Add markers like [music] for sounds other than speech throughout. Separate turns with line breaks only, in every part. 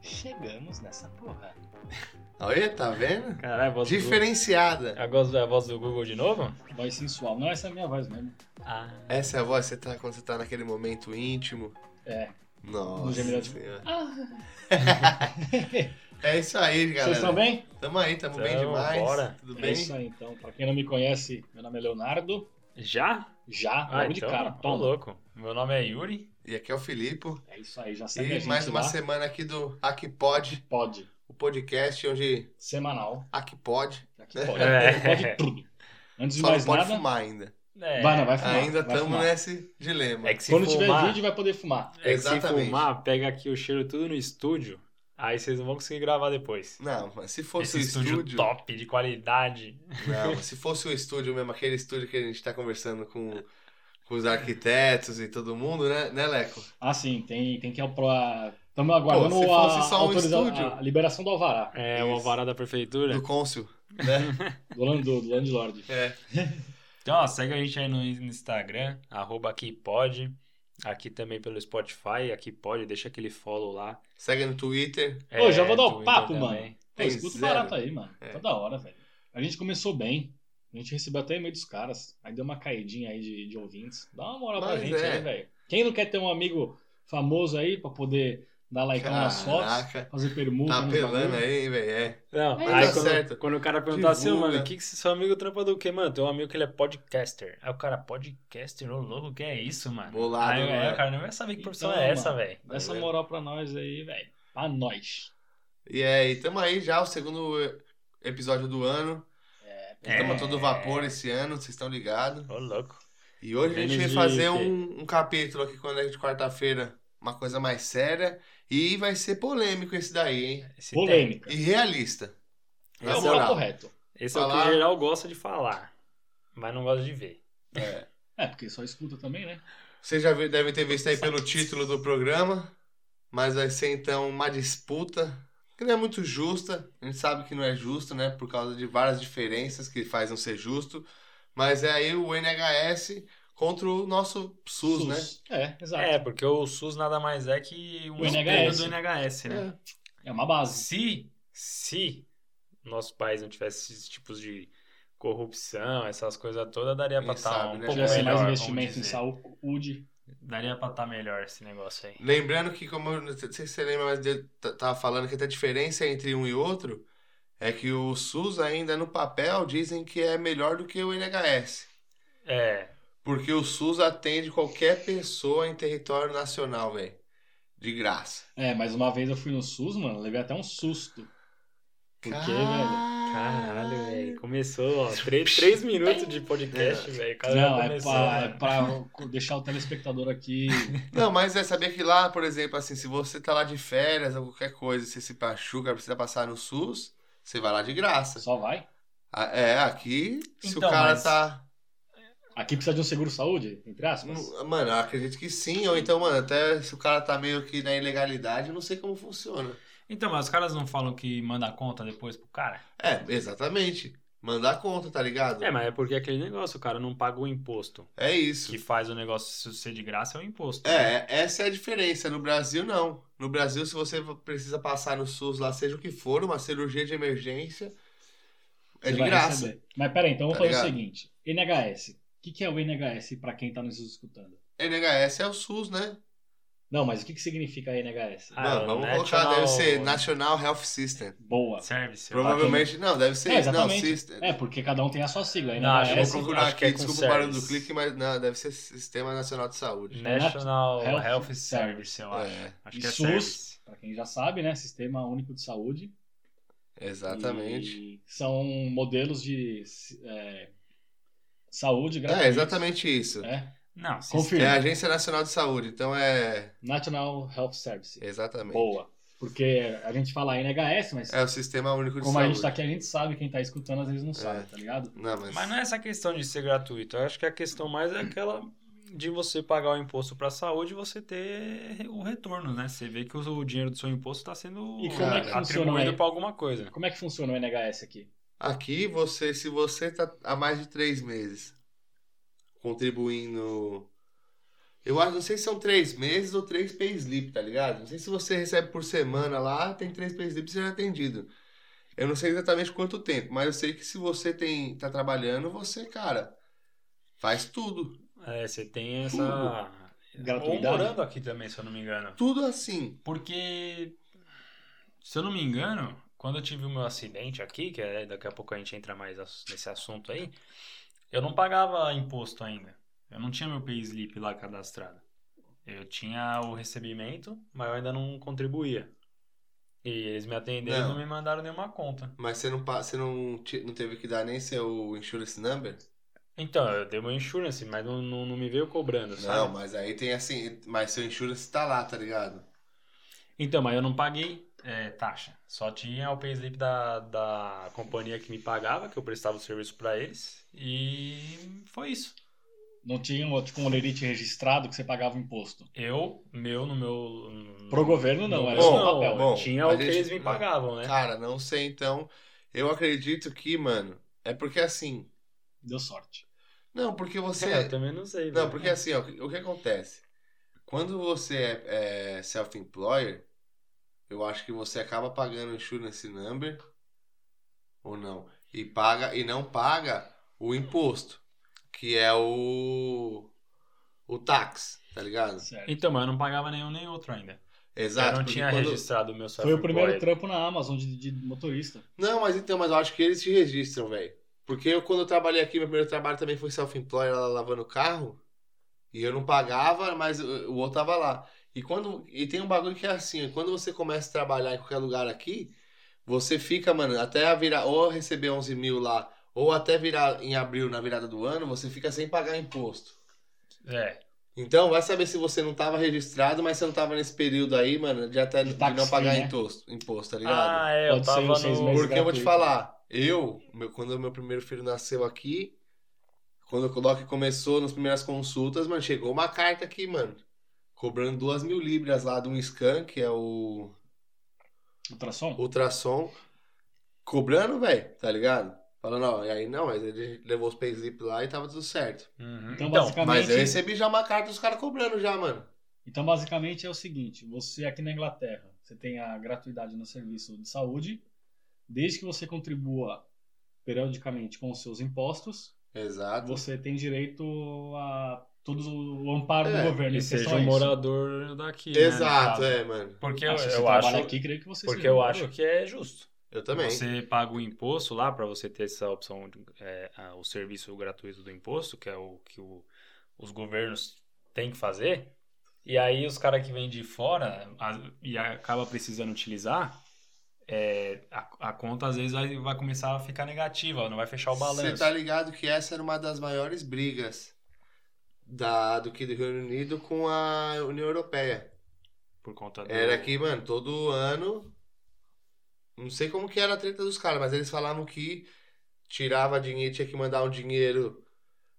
chegamos nessa porra.
Olha, tá vendo?
Caralho, a voz do
Diferenciada.
Google. A voz, a voz do Google de novo?
Voz sensual. Não, essa é a minha voz mesmo.
Ah.
Essa é a voz que você tá quando você tá naquele momento íntimo.
É. No
Nossa.
gemelhão de-
Senhora.
Ah.
[laughs] É isso aí, galera.
Vocês estão bem?
Tamo aí, tamo bem
Tamo,
demais.
bora.
Tudo
É
bem?
isso aí, então. Pra quem não me conhece, meu nome é Leonardo.
Já?
Já,
Ah,
logo
então,
de cara.
tô
Toma.
louco. Meu nome é Yuri.
E aqui é o Filipe.
É isso aí, já segue a
E
gente
mais uma
lá.
semana aqui do Aqui Pode,
Pode.
o podcast onde
Semanal.
Aqui Pode.
Aqui pode.
[laughs] É.
Pode tudo. Antes de
Só
mais
não pode
nada,
fumar ainda.
É,
vai, não, vai fumar.
Ainda né,
vai
estamos
fumar.
nesse dilema.
É que se
Quando
fumar,
tiver vídeo, vai poder fumar.
é que se
Exatamente.
fumar, pega aqui o cheiro tudo no estúdio, aí vocês não vão conseguir gravar depois.
Não, mas se fosse
Esse
o
estúdio,
estúdio.
top, de qualidade.
Não, se fosse o estúdio mesmo, aquele estúdio que a gente tá conversando com, com os arquitetos e todo mundo, né, né Leco?
Ah, sim, tem, tem que ir pra. Estamos aguardando
Pô, se
a,
fosse só um
autoriza-
estúdio.
a liberação do Alvará,
É,
Isso.
uma varada da
É.
prefeitura.
Do cônsul, né?
do, land, do Landlord.
É.
Então, ó, segue a gente aí no no Instagram, arroba aqui pode. Aqui também pelo Spotify, aqui pode, deixa aquele follow lá.
Segue no Twitter.
É,
Ô, já vou dar o
Twitter
papo, mano.
também.
Pô,
Tem
escuta o
É zero.
barato aí, mano.
É.
Toda hora, velho. A gente começou bem. A gente recebeu até e-mail dos caras. Aí deu uma caidinha aí de, de ouvintes. Dá uma moral pra
Mas
gente
é.
aí, velho. Quem não quer ter um amigo famoso aí pra poder dar like nas fotos,
Caraca,
fazer permuta.
tá
nos
apelando
bagulho?
aí, velho. É.
Não,
Mas
aí
tá
quando,
certo.
quando o cara perguntar assim, "Ô, mano,
Divulga.
o que, que esse seu amigo trampa do quê, mano? Tem um amigo que ele é podcaster. Aí o cara, podcaster, ô louco, o que é isso, mano?
Bolado,
aí,
né?
é, o cara nem vai saber que profissão
Então,
é essa,
mano.
velho.
Dá essa moral pra nós aí, velho. Pra nós.
E aí, tamo aí já, o segundo episódio do ano.
É.
Tamo a todo vapor esse ano, vocês estão ligados.
Ô, louco.
E hoje a gente vai
Menos
fazer
de-
um, um capítulo aqui quando é de quarta-feira, uma coisa mais séria. E vai ser polêmico esse daí, hein?
Esse tem.
Polêmica.
E realista.
É o
Na
moral
moral.
correto.
Esse é o
Falar-
que geral gosta de falar, mas não gosta de ver.
É.
É, porque só escuta também, né?
Vocês já vi- devem ter visto aí pelo título do programa, mas vai ser então uma disputa que não é muito justa. A gente sabe que não é justo, né? Por causa de várias diferenças que faz não ser justo. Mas é aí o NHS contra o nosso SUS, né?
né? É, exato.
É, porque o SUS nada mais é que um
O
espelho
NHS.
do NHS, né?
É, uma base.
Se, se nosso país não tivesse esses tipos de corrupção, essas coisas todas, daria pra
Quem
estar
sabe,
um
né?
pouco
Tivesse
melhor,
é mais
vamos
investimento em
dizer.
saúde.
Daria pra estar melhor esse negócio aí.
Lembrando que, como eu não sei se você lembra, mas eu t- tava falando que a diferença entre um e outro é que o SUS ainda no papel dizem que é melhor do que o NHS.
É,
Porque o SUS atende qualquer pessoa em território nacional, velho. De graça.
É, mas uma vez eu fui no SUS, mano, levei até um susto. Por quê, velho?
caralho, velho. Começou, [laughs] ó, três, três minutos de podcast, velho. O cara já
Não, é
começou,
pra,
mano.
é pra [laughs] deixar o telespectador aqui.
Não, mas é saber que lá, por exemplo, assim, se você tá lá de férias ou qualquer coisa, você se machuca, precisa passar no SUS, você vai lá de graça.
Só vai.
A- É, aqui, se
Então,
o cara
mas-
tá.
Aqui precisa de um seguro saúde, entre aspas.
Não, Mano, eu acredito que sim, ou então, mano, até se o cara tá meio que na ilegalidade, eu não sei como funciona.
Então, mas os caras não falam que manda a conta depois pro cara?
É, exatamente. Mandar conta, tá ligado?
É,
É,
mas é porque é aquele negócio, o cara não paga o imposto.
isso.
Que faz o negócio ser de graça é o imposto. né?
É, essa é a diferença. No Brasil, não. No Brasil, se você precisa passar no SUS lá, seja o que for, uma cirurgia de emergência, é
Você
de
vai
graça.
receber. Mas peraí, então vamos
Tá
fazer o
ligado?
seguinte: NHS. O que, que é o NHS pra quem tá nos escutando?
NHS é o SUS, né?
Não, mas o que, que significa NHS?
Ah,
Mano,
o
vamos
National-
colocar, deve ser National Health
É,
System.
Boa.
Service. eu acho.
Provavelmente, não, deve ser.
É,
não,
exatamente.
System.
É, porque cada um tem a sua sigla.
Não,
NHS,
acho que
Vou
eu sim,
procurar
acho
aqui,
que é com
desculpa o barulho do
service.
clique, mas não, deve ser Sistema Nacional de Saúde.
National
Health
Health,
Service.
Service, eu acho.
É.
Acho
E
que é
SUS.
service.
Pra quem já sabe, né? Sistema Único de Saúde.
Hum,
Exatamente.
E são modelos de é, saúde gratuita.
É, exatamente isso.
É,
Não, sim.
É a
confirma.
Agência Nacional de Saúde, então é.
National Health Service.
Exatamente.
Boa. Porque a gente fala NHS, mas
É o Sistema Único de
como a
Saúde.
gente tá aqui, a gente sabe, quem tá escutando às vezes não sabe, tá ligado?
Não, mas.
Mas não é essa questão de ser gratuito. Eu acho que a questão mais é aquela de você pagar o imposto para a saúde e você ter o retorno, né? Você vê que o o dinheiro do seu imposto está sendo
E como
é que
funciona aí?
atribuído para alguma coisa.
Como é que funciona o NHS aqui?
Aqui você, se você tá há mais de três meses contribuindo Eu acho, não sei se são três meses ou três payslip, tá ligado? Não sei se você recebe por semana lá, tem três payslip, você já é atendido. Eu não sei exatamente quanto tempo, mas eu sei que se você tem, tá trabalhando, você, cara, faz tudo.
É, você tem essa. Ou
Gratuidade.
morando aqui também, se eu não me engano.
Tudo assim.
Porque, se eu não me engano, quando eu tive o meu acidente aqui, que é, daqui a pouco a gente entra mais ass- nesse assunto aí, eu não pagava imposto ainda. Eu não tinha meu payslip lá cadastrado. Eu tinha o recebimento, mas eu ainda não contribuía. E eles me atenderam e
Não.
não me mandaram nenhuma conta.
Mas você não, pa- você não, te- não teve que dar nem seu insurance number?
Então, eu dei meu insurance, mas não, não, não me veio cobrando, sabe?
Não, mas aí tem assim, mas seu insurance tá lá, tá ligado?
Então, mas eu não paguei é, taxa. Só tinha o payslip da, da companhia que me pagava, que eu prestava o serviço pra eles. E foi isso.
Não tinha tipo, um olerite registrado que você pagava imposto.
Eu, meu, no meu.
Pro governo, não,
no
era
meu,
só
não,
papel. né?
Bom,
tinha
a
o que
gente-
eles me
não. Ah,
pagavam, né?
Cara, não sei então. Eu acredito que, mano, é porque assim.
Deu sorte.
Não, porque você.
É, eu também não sei.
Não,
velho.
porque assim, ó, o que- o que acontece? Quando você é, é self-employer, eu acho que você acaba pagando insurance number ou não. E paga e não paga o imposto, que é o o tax, tá ligado?
Certo.
Então, mas eu não pagava nenhum nem outro ainda.
Exato.
eu não
porque
tinha
quando-
registrado o meu
Foi o primeiro
self-employed.
trampo na Amazon de, de motorista.
Não, mas então, mas eu acho que eles te registram, velho. Porque eu, quando eu trabalhei aqui, meu primeiro trabalho também foi self-employer, lá lavando carro. E eu não pagava, mas o o outro tava lá. E, quando, e tem um bagulho que é assim, quando você começa a trabalhar em qualquer lugar aqui, você fica, mano, até a virar, ou receber 11 mil lá, ou até virar em abril, na virada do ano, você fica sem pagar imposto.
É.
Então, vai saber se você não tava registrado, mas você não tava nesse período aí, mano, de até
De
de
tax
não pagar
free, né?
imposto, imposto, tá ligado?
Ah, é, eu
Pode ser
tava
uns seis meses.
no.
Porque eu vou te
gratuito.
falar, eu, meu- quando o meu primeiro filho nasceu aqui, quando eu coloquei, começou nas primeiras consultas, mano, chegou uma carta aqui, mano, cobrando duas mil libras lá de um scan, que é o
Ultrassom?
ultrassom, cobrando, velho, tá ligado? Falando, ó, e aí não, mas ele levou os payslip lá e tava tudo certo.
Uhum.
Então,
Então,
basicamente-
Mas eu recebi já uma carta dos caras cobrando já, mano.
Então, basicamente, é o seguinte: você aqui na Inglaterra, você tem a gratuidade no serviço de saúde, desde que você contribua periodicamente com os seus impostos,
Exato.
você tem direito a todo o amparo
É,
do governo.
e
em questão
seja
a
um
isso.
morador daqui. né, no
Exato,
caso.
é, mano.
Porque
Ah,
eu,
se você
eu
trabalha
acho.
aqui, creio que você
Porque
seja
eu
um
acho
morador.
que é justo.
Eu também.
Você paga o imposto lá para você ter essa opção, de, é, a- o serviço gratuito do imposto, que é o que o- os governos têm que fazer. E aí os caras que vêm de fora a- e acaba precisando utilizar, é, a, a conta às vezes vai, vai começar a ficar negativa, não vai fechar o
Você
balanço.
tá ligado que essa era uma das maiores brigas da, do que do Reino Unido com a União Europeia.
Por conta do...
Era que, mano, todo ano. Não sei como que era a treta dos caras, mas eles falavam que tirava dinheiro, tinha que mandar um dinheiro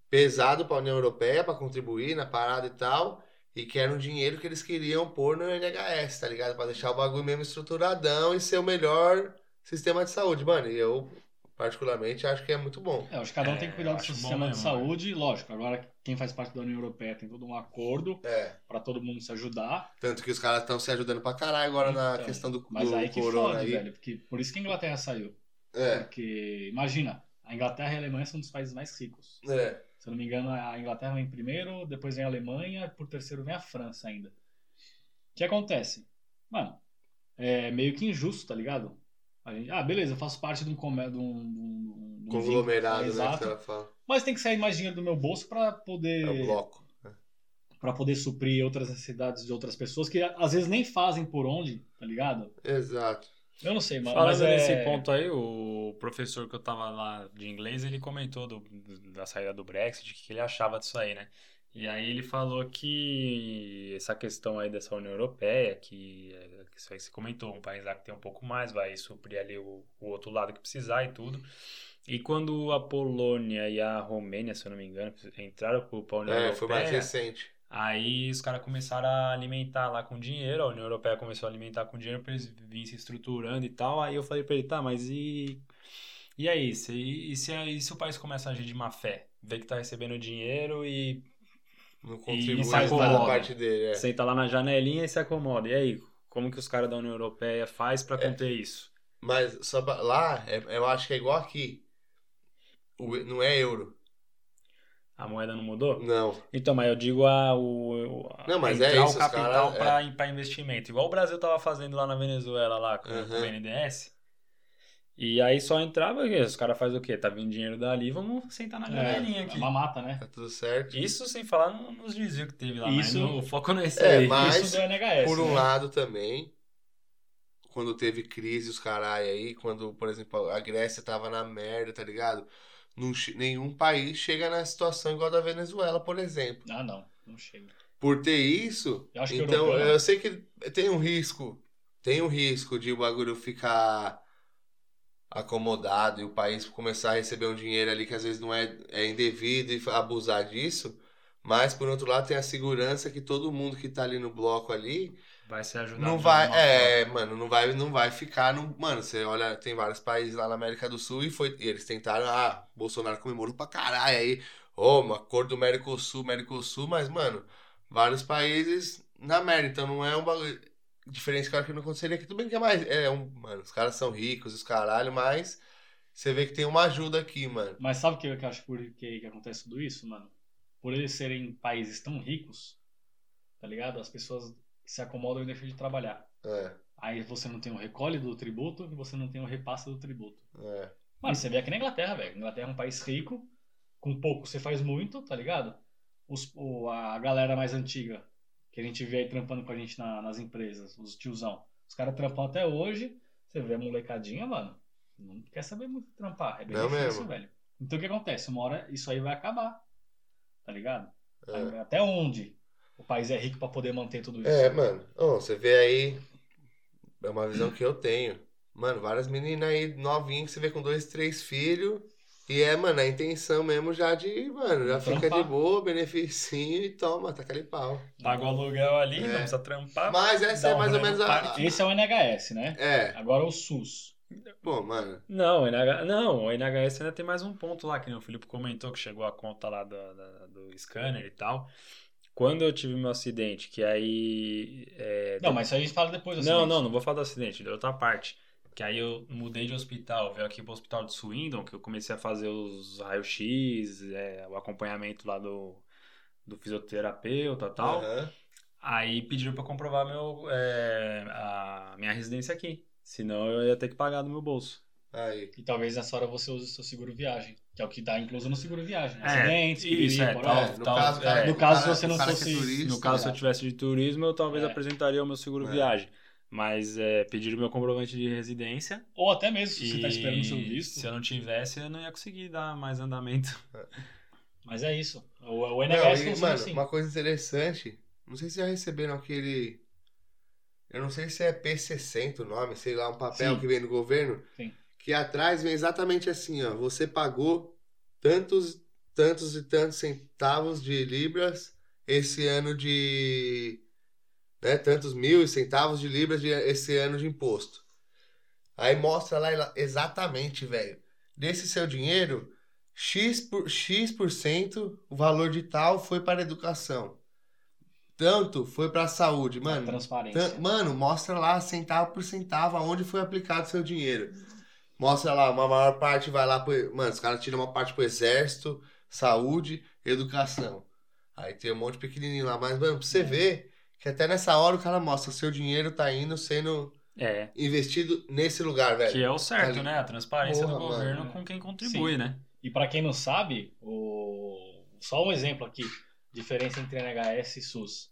pesado pra União Europeia pra contribuir na parada e tal. E que era um dinheiro que eles queriam pôr no NHS, tá ligado? Pra deixar o bagulho mesmo estruturadão e ser o melhor sistema de saúde, mano. E eu, particularmente, acho que é muito bom.
É, eu acho que cada um tem que cuidar
É,
do
acho
seu
bom
sistema de
mesmo,
saúde, lógico. Agora, quem faz parte da União Europeia tem todo um acordo
É.
para todo mundo se ajudar.
Tanto que os caras estão se ajudando pra caralho agora na
Então,
questão do,
Mas
do
aí que
corona
fode,
aí.
velho. Porque, por isso que a Inglaterra saiu.
É,
Porque, imagina, a Inglaterra e a Alemanha são dos países mais ricos.
é.
Se eu não me engano, a Inglaterra vem primeiro, depois vem a Alemanha, por terceiro vem a França ainda. O que acontece? Mano, é meio que injusto, tá ligado? A gente, ah, beleza, eu faço parte de um, comé- de um, de um- de um- de um
Conglomerado,
vínculo,
né? Que
Exato.
ela fala.
Mas tem que sair mais dinheiro do meu bolso pra
É o
poder
bloco.
para poder suprir outras necessidades de outras pessoas que às vezes nem fazem por onde, tá ligado?
Exato.
Eu não sei, mano.
Falando
mas é-
nesse ponto aí, o professor que eu tava lá de inglês, ele comentou do- da saída do Brexit, o que que ele achava disso aí, né? E aí ele falou que essa questão aí dessa União Europeia, que, é, que isso aí se comentou, um país lá que tem um pouco mais, vai suprir ali o, o outro lado que precisar e tudo. E quando a Polônia e a Romênia, se eu não me engano, entraram para a União
É,
Europeia,
foi mais recente.
Aí os caras começaram a alimentar lá com dinheiro, a União Europeia começou a alimentar com dinheiro pra eles virem se estruturando e tal. Aí eu falei pra ele, tá, mas e. E aí? Se, e, se, e se o país começa a agir de má fé? Vê que tá recebendo dinheiro e
Não contribui
se
mais da
acomoda.
parte dele. É.
Senta lá na janelinha e se acomoda. E aí, como que os caras da União Europeia faz pra conter isso?
Mas só pra- lá, é- eu acho que é igual aqui. O- não é euro.
A moeda não mudou?
Não.
Então, mas eu digo a,
Ah,
o, o- a-
Não, mas é
entrar
isso,
o
os
capital
cara- é,
pra, pra investimento. Igual o Brasil tava fazendo lá na Venezuela, lá com, com o
Uhum.
BNDES. E aí só entrava, e os caras fazem o quê? Tá vindo dinheiro dali, vamos sentar na janelinha
É,
aqui.
uma mata, né?
Tá tudo certo.
Isso sem falar no- nos desvios que teve lá,
Isso-
mas não- o foco não é esse
É,
aí.
mas-
Isso do NHS.
Por um
né?
lado também, quando teve crise, os caralho aí, quando, por exemplo, a Grécia tava na merda, tá ligado? Não che- nenhum país chega na situação igual a da Venezuela, por exemplo.
Ah, não. Não chega.
Por ter isso,
Eu acho que
então
europeu, né?
eu sei que tem um risco, tem um risco de o bagulho ficar acomodado e o país começar a receber um dinheiro ali que às vezes não é, é indevido e abusar disso. Mas por outro lado tem a segurança que todo mundo que tá ali no bloco ali
Vai ser ajudado.
não
de
vai,
alguma
é, mano, não vai, não vai ficar no, mano, você olha, tem vários países lá na América do Sul e foi, e eles tentaram, ah, Bolsonaro comemorou pra caralho aí, ô, uma cor do Mercosul, Mercosul, mas mano, vários países na merda, então não é um bagulho diferente claro que não aconteceria aqui, tudo bem que é mais, é um, mano, os caras são ricos, os caralho, mas você vê que tem uma ajuda aqui, mano.
Mas sabe o que eu acho por que, que acontece tudo isso, mano? Por eles serem países tão ricos, tá ligado? As pessoas se acomodam e deixam de trabalhar.
É,
Aí você não tem o recolhe do tributo e você não tem o repasse do tributo.
é.
Mano, você vê aqui na Inglaterra, velho. Inglaterra é um país rico, com pouco você faz muito, tá ligado? Os, o, a galera mais antiga, que a gente vê aí trampando com a gente na- nas empresas, os tiozão. Os caras trampam até hoje, você vê a molecadinha, mano, não quer saber muito de trampar. É bem
Não
difícil,
mesmo.
velho. Então o que acontece? Uma hora isso aí vai acabar, tá ligado?
é.
Até onde o país é rico pra poder manter tudo isso?
É, mano, Ô, você vê aí, é uma visão que eu tenho. Mano, várias meninas aí novinhas que você vê com dois, três filhos. E é, mano, a intenção mesmo já de, mano, já fica de
Trampar.
boa, beneficinho e toma, taca ali pau.
Paga o aluguel ali,
É.
não precisa trampar.
Mas essa
Dá
é
um
mais ou
rolê
menos
no
a.
parque.
Esse é o NHS, né?
É,
Agora o SUS.
pô, mano.
Não, o NH... não, o NHS ainda tem mais um ponto lá, que nem o Felipe comentou, que chegou a conta lá do, da- do scanner e tal. Quando eu tive meu acidente, que aí. é,
Não, mas isso aí a gente fala depois. assim,
não,
né?
não, não vou falar do acidente, da outra parte. Que aí eu mudei de hospital, veio aqui pro hospital de Swindon, que eu comecei a fazer os raios-x, é, o acompanhamento lá do, do fisioterapeuta e tal.
Aham.
Aí pediram pra comprovar meu, é, a minha residência aqui. Senão eu ia ter que pagar do meu bolso.
Aí.
E talvez nessa hora você use o seu seguro viagem, que é o que dá incluso no seguro viagem.
É,
Acidentes,
isso, é,
moral.
Tal-
É, no
tal-
caso,
é.
cara,
No
o
caso,
cara-
se você não
o cara que é
fosse-
turista,
No caso, se eu
é.
tivesse de turismo, eu talvez
É.
apresentaria o meu seguro
É.
viagem. Mas é, pediram meu comprovante de residência.
Ou até mesmo se você
e
está esperando o seu visto.
Se eu não tivesse, eu não ia conseguir dar mais andamento.
Mas é isso. O, o
Não,
NHS
e,
funciona
mano,
assim.
uma coisa interessante, não sei se já receberam aquele. Eu não sei se é P60 o nome, sei lá, um papel
Sim.
que vem do governo,
Sim.
que atrás vem exatamente assim, ó. Você pagou tantos, tantos e tantos centavos de libras esse ano de. Né, tantos mil e centavos de libras de, esse ano de imposto. Aí mostra lá ela- exatamente, velho. Desse seu dinheiro, X por, X por cento, o valor de tal foi para a educação. Tanto foi para a saúde, mano.
Transparência.
Tan- Então, Mano, mostra lá centavo por centavo aonde foi aplicado seu dinheiro. Mostra lá, uma maior parte vai lá pro. Mano, os caras tiram uma parte pro exército, saúde, educação. Aí tem um monte pequenininho lá, mas, mano, pra
É.
você ver que até nessa hora o cara mostra o seu dinheiro tá indo sendo
[laughs] É.
investido nesse lugar, velho.
Que é o certo,
ali.
né? A transparência do
tá Porra,
governo
mano.
com quem contribui, né?
E para quem não sabe, o... só um exemplo aqui, diferença entre NHS e SUS.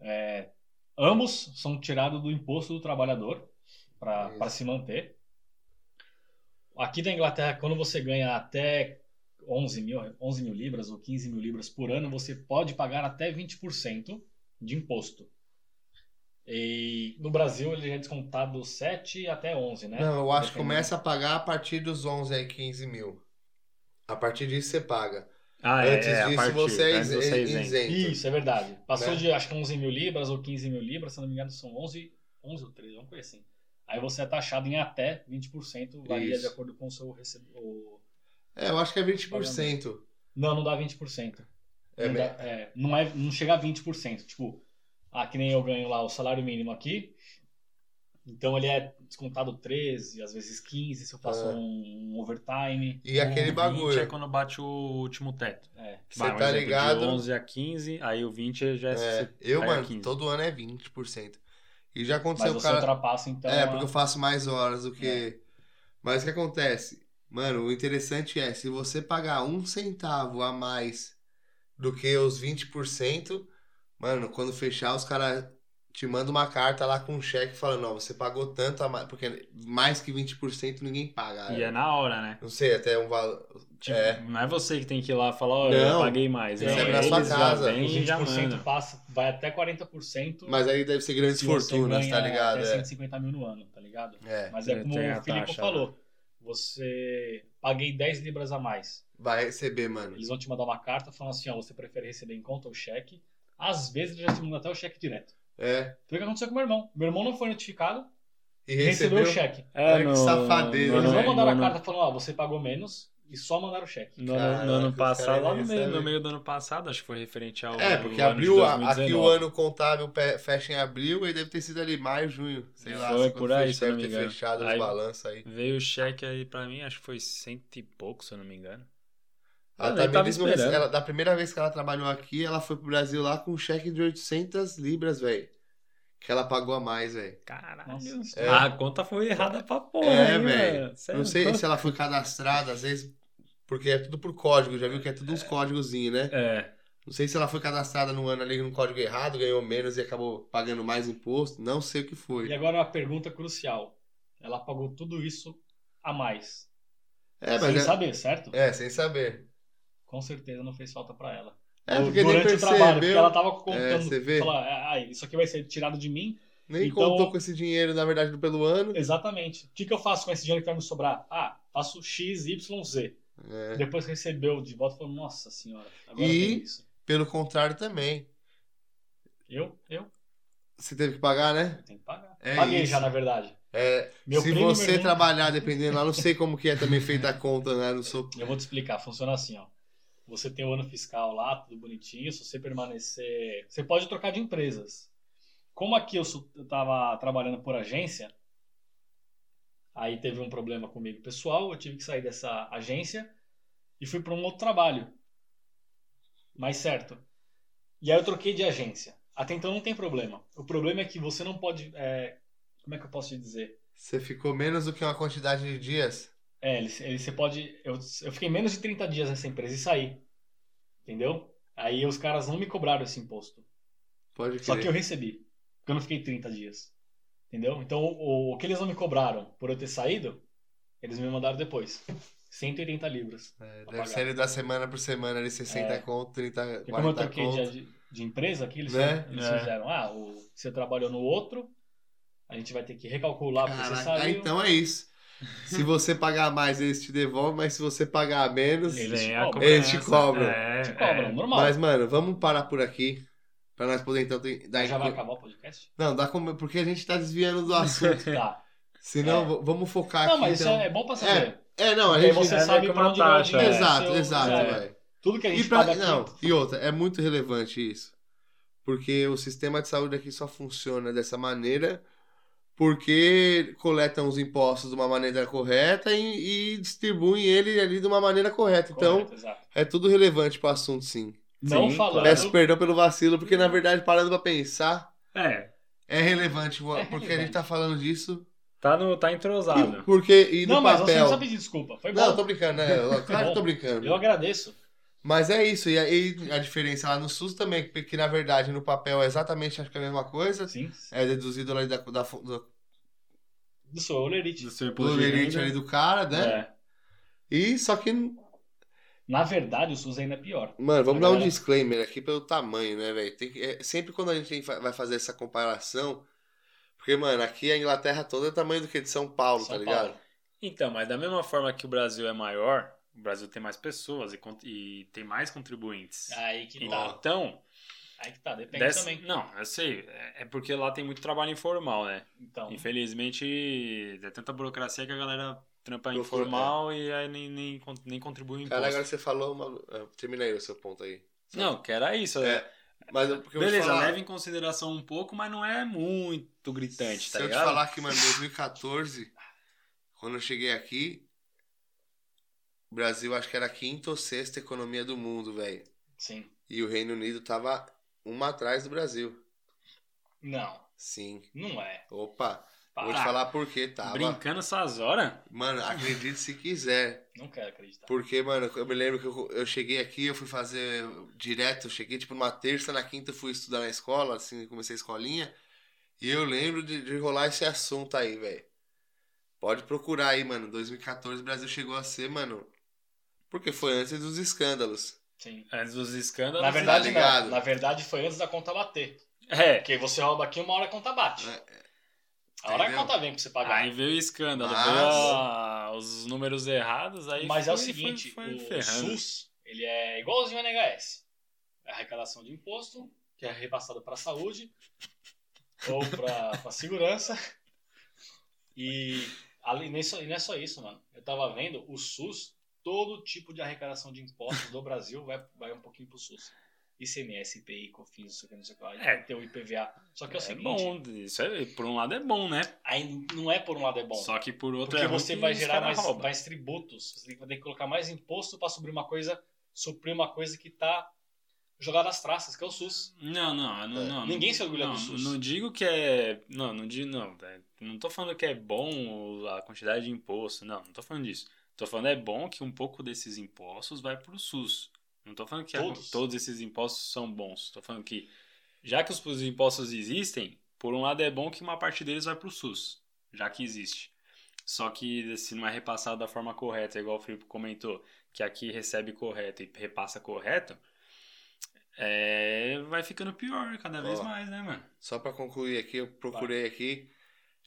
É, ambos são tirados do imposto do trabalhador
Isso.
para se manter. Aqui na Inglaterra, quando você ganha até 11 mil, 11 mil libras ou 15 mil libras por ano, você pode pagar até 20% de imposto. E no Brasil ele já é descontado 7 até 11,
é,
né?
Não, eu acho que
Dependendo.
começa a pagar a partir dos 11 aí, 15 mil. A partir disso você paga.
Ah,
Antes disso você é
antes
isen-
você é isento.
isento.
Isso, é verdade. Passou
Né?
de, acho que 11 mil libras ou 15 mil libras, se não me engano, são 11, 11 ou 13, vamos coisa assim. Aí você é taxado em até 20%, varia
Isso.
de acordo com o seu recebo... o-
É, eu acho que é 20%.
Não, não dá 20%.
É
não,
mesmo.
dá- é, não, é, não chega a 20%. Tipo, ah, que nem eu ganho lá o salário mínimo aqui. Então ele é descontado 13, às vezes 15, se eu faço
Ah.
um, overtime.
E aquele
o 20
bagulho.
é quando bate o último teto.
É.
Você
Vai, um
tá
exemplo,
ligado?
De 11 a 15, aí o 20 já é...
É, eu,
aí é
mano,
15.
todo ano é 20%. E já
Mas
aconteceu Então o
você
cara.
ultrapassa, então.
é,
a-
porque eu faço mais horas do que. Mas o que acontece? Mano, o interessante é, se você pagar um centavo a mais do que os 20%, mano, quando fechar, os caras te mandam uma carta lá com um cheque falando, ó, você pagou tanto a mais, porque mais que 20% ninguém paga.
E
né?
é na hora, né?
Não sei, até um valor.
Tipo,
É.
Não é você que tem que ir lá e falar, ó, eu
Não.
paguei mais.
Você
Não,
abre na
eles
sua
casa.
Já vêm
O
e já
20%
mandam.
passa, vai até 40%.
Mas aí deve ser grandes
se você
fortunas,
ganha
tá ligado?
Até
É.
150 mil no ano, tá ligado?
É.
Mas é
Tem
como
a
o Filipe
taxa,
né?
falou. Você paguei 10 libras a mais.
Vai receber, mano.
Eles vão te mandar uma carta falando assim, ó, você prefere receber em conta ou cheque? Às vezes eles já te mandam até o cheque direto.
É.
Foi o que aconteceu com meu irmão. Meu irmão não foi notificado
E
e recebeu,
recebeu.
o cheque.
É,
Olha que
no-
safadeza,
no-
Eles não
é,
mandaram a
no-
carta falando, ó, você pagou menos e só mandaram o cheque.
No, ano-
Caraca,
no ano
os caras
passado, lá no
nem
meio, no
sabem.
meio do ano passado, acho que foi referente ao.
É, porque
ano de
abriu a- aqui o
2019.
ano contábil pe- fecha em abril e deve ter sido ali maio, junho. Sei lá,
Foi
se quando
por aí,
fech-
se eu não
deve
me
ter
engano.
fechado os
Aí-
balanços aí.
Veio o cheque aí pra mim, acho que foi cento e pouco, se eu não me engano.
A
Ah, eu nem tava
Tamiris, não rece-
esperando.
ela, da primeira vez que ela trabalhou aqui, ela foi pro Brasil lá com um cheque de 800 libras, velho. Que ela pagou a mais, velho.
Caralho.
Nossa.
É.
Ah, A conta foi errada pra porra.
É,
hein,
velho.
mano? Cê é
Não sei
louco.
se ela foi cadastrada, às vezes, porque é tudo por código, já viu que é tudo uns códigozinhos, né?
É,
Não sei se ela foi cadastrada no ano ali num código errado, ganhou menos e acabou pagando mais imposto, não sei o que
E
foi.
agora a pergunta crucial. Ela pagou tudo isso a mais.
É,
sem
mas é,
saber, certo?
é, sem saber.
Com certeza não fez falta pra ela.
É,
Du-
porque nem
durante o trabalho, porque ela
percebeu,
tava
É,
contando.
você vê.
falar, ah, isso aqui vai ser tirado de mim?
nem
Então-
contou com esse dinheiro, na verdade, pelo ano.
Exatamente. O que, que eu faço com esse dinheiro que vai me sobrar? Ah, faço X, Y, Z.
É.
Depois que recebeu de volta, falou, nossa senhora, agora
E-
tem isso.
Pelo contrário também.
Eu, eu,
Você teve que pagar, né?
eu tenho que pagar.
É
Paguei
isso.
já, na verdade.
É,
Meu
se
primo e meu
você
irmão-
trabalhar, dependendo lá, não sei como que é também feita a conta, né? Não sou...
Eu vou te explicar, funciona assim, ó. Você tem o ano fiscal lá, tudo bonitinho, se você permanecer. Você pode trocar de empresas. Como aqui eu, sou- eu tava trabalhando por agência, aí teve um problema comigo pessoal, eu tive que sair dessa agência e fui para um outro trabalho. Mais certo. E aí eu troquei de agência. Até então não tem problema. O problema é que você não pode. é, como é que eu posso te dizer?
Você ficou menos do que uma quantidade de dias?
É, ele, ele- você pode. Eu, eu fiquei menos de 30 dias nessa empresa e saí. Entendeu? Aí os caras não me cobraram esse imposto.
Pode
Só que eu
crer.
recebi. Porque eu não fiquei 30 dias. Entendeu? Então, o, o que eles não me cobraram por eu ter saído, eles me mandaram depois. 180 libras.
É,
pagar.
deve ser ele da semana por semana, ali 60
É.
conto, 30,
Porque como eu
40
troquei
conto.
de, de empresa, aqui eles,
Né?
eles
É.
fizeram. Ah, o, você trabalhou no outro, a gente vai ter que recalcular porque você
Caraca, ah,
saiu.
então é isso. Se você pagar mais, eles te devolvem, mas se você pagar menos.
Eles
vem
te
a
cobram.
cobrança.
Eles te cobram.
É,
Te cobram,
é.
normal.
Mas, mano, vamos parar por aqui. Pra nós poder então. ter- dar-
Já vai acabar o
[laughs]
podcast?
Não, dá como. Porque a gente tá desviando
[laughs]
do assunto.
Tá.
Senão,
É.
v- vamos focar
Não,
aqui.
mas isso
então.
é bom pra saber.
É, não, a
Porque
gente.
você
é meio
sabe
que
pra
uma
onde vai o
taxa,
dinheiro
é.
[laughs] Exato,
seu-
exato,
é.
velho.
Tudo que a gente
E, pra...
paga aqui-
não, e outra, é muito relevante isso. Porque o sistema de saúde aqui só funciona dessa maneira porque coletam os impostos de uma maneira correta e, e distribuem ele ali de uma maneira correta. Então,
Correto, exato.
é tudo relevante pro assunto, sim.
não
Sim,
falando.
claro.
Peço perdão pelo vacilo, porque na verdade, parando pra pensar,
É,
é relevante, porque a
relevante.
gente tá falando disso.
tá, no, tá
E,
entrosado.
porque, e no
não, mas você
papel.
não sabe pedir desculpa. Foi bom.
Não, eu tô brincando, né? Eu- Claro que eu tô brincando.
Eu agradeço.
Mas é isso, e aí a diferença lá no SUS também, que, que, na verdade no papel é exatamente acho que é a mesma coisa,
Sim.
é deduzido ali da, da, fu- do
Do seu olerite.
Do seu imposto de
polerite
renda.
ali do cara, né?
É.
E só que,
Na verdade, o SUS ainda é pior.
mano, vamos
A
dar um
galera-
disclaimer aqui pelo tamanho, né, velho? Tem que- é, sempre quando a gente tem- vai fazer essa comparação, porque, mano, aqui a Inglaterra toda é tamanho do que? De São Paulo,
São
tá
Paulo.
ligado?
Então, mas da mesma forma que o Brasil é maior, o Brasil tem mais pessoas e, con- e tem mais contribuintes.
Aí que tá.
Então,
Aí que tá. Depende
dessa-
também.
não, eu sei, é é porque lá tem muito trabalho informal, né?
Então,
Infelizmente, é tanta burocracia que a galera trampa
Procura-
informal e aí nem, nem, con- nem contribui em
Cara,
imposto.
agora você falou uma. ah, Termina aí o seu ponto aí.
Não, que era isso.
É, Mas é porque eu vou te
Beleza,
falar-
leva em consideração um pouco, mas não é muito gritante,
Se
tá
eu te
ligado?
falar que, mano, em 2014, quando eu cheguei aqui, o Brasil acho que era a quinta ou sexta economia do mundo, velho.
Sim.
E o Reino Unido tava uma atrás do Brasil.
Não,
Sim.
não é.
Opa, vou te
Para.
falar por que tava.
Brincando essas horas?
Mano, acredite se quiser.
Não quero acreditar.
Porque, mano, eu me lembro que eu, eu cheguei aqui, eu fui fazer direto, eu cheguei tipo numa terça, na quinta eu fui estudar na escola, assim, comecei a escolinha. E eu lembro de, de rolar esse assunto aí, velho. Pode procurar aí, mano. 2014 o Brasil chegou a ser, mano. Porque foi antes dos escândalos.
Sim.
Antes dos escândalos.
Na verdade,
tá
né?
ligado?
não. Na verdade, foi antes da conta bater.
tá É.
Porque você rouba aqui, uma hora a conta bate.
É,
a hora a
entendeu?
conta vem pra você pagar.
Aí veio o escândalo,
Mas-
veio a- os números errados, aí
Mas
foi,
é o seguinte,
foi, foi
o
ferrando.
SUS, ele é igualzinho ao NHS. É arrecadação de imposto, que é repassado para a saúde ou para a segurança. E além, nem só- e não é só isso, mano. Eu tava vendo, o SUS, todo tipo de arrecadação de impostos do Brasil vai, vai um pouquinho pro SUS. ICMS, IPI, COFINS, não sei o que, não sei o que lá.
É.
Tem o IPVA. Só que é o
É
seguinte,
bom, isso é, por um lado é bom, né?
aí não é por um lado é bom.
Só que por outro
Porque
é ruim
você
que
vai
os
gerar
caras
mais,
roubam.
mais tributos. Você vai ter que colocar mais imposto para suprir uma coisa, suprir uma coisa que tá jogada às traças, que é o SUS.
Não, não, não,
É.
não.
Ninguém
não-
se orgulha
não,
do SUS.
Não digo que é. Não, não digo. Não, é, não tô falando que é bom a quantidade de imposto. Não, não tô falando disso. Tô falando é bom que um pouco desses impostos vai pro SUS. Não tô falando que a-
Todos.
todos esses impostos são bons. Tô falando que, já que os- os impostos existem, por um lado é bom que uma parte deles vai pro SUS, já que existe. Só que se não é repassado da forma correta, igual o Felipe comentou, que aqui recebe correto e repassa correto, é, vai ficando pior cada vez
Ó.
mais, né, mano?
Só pra concluir aqui, eu procurei aqui.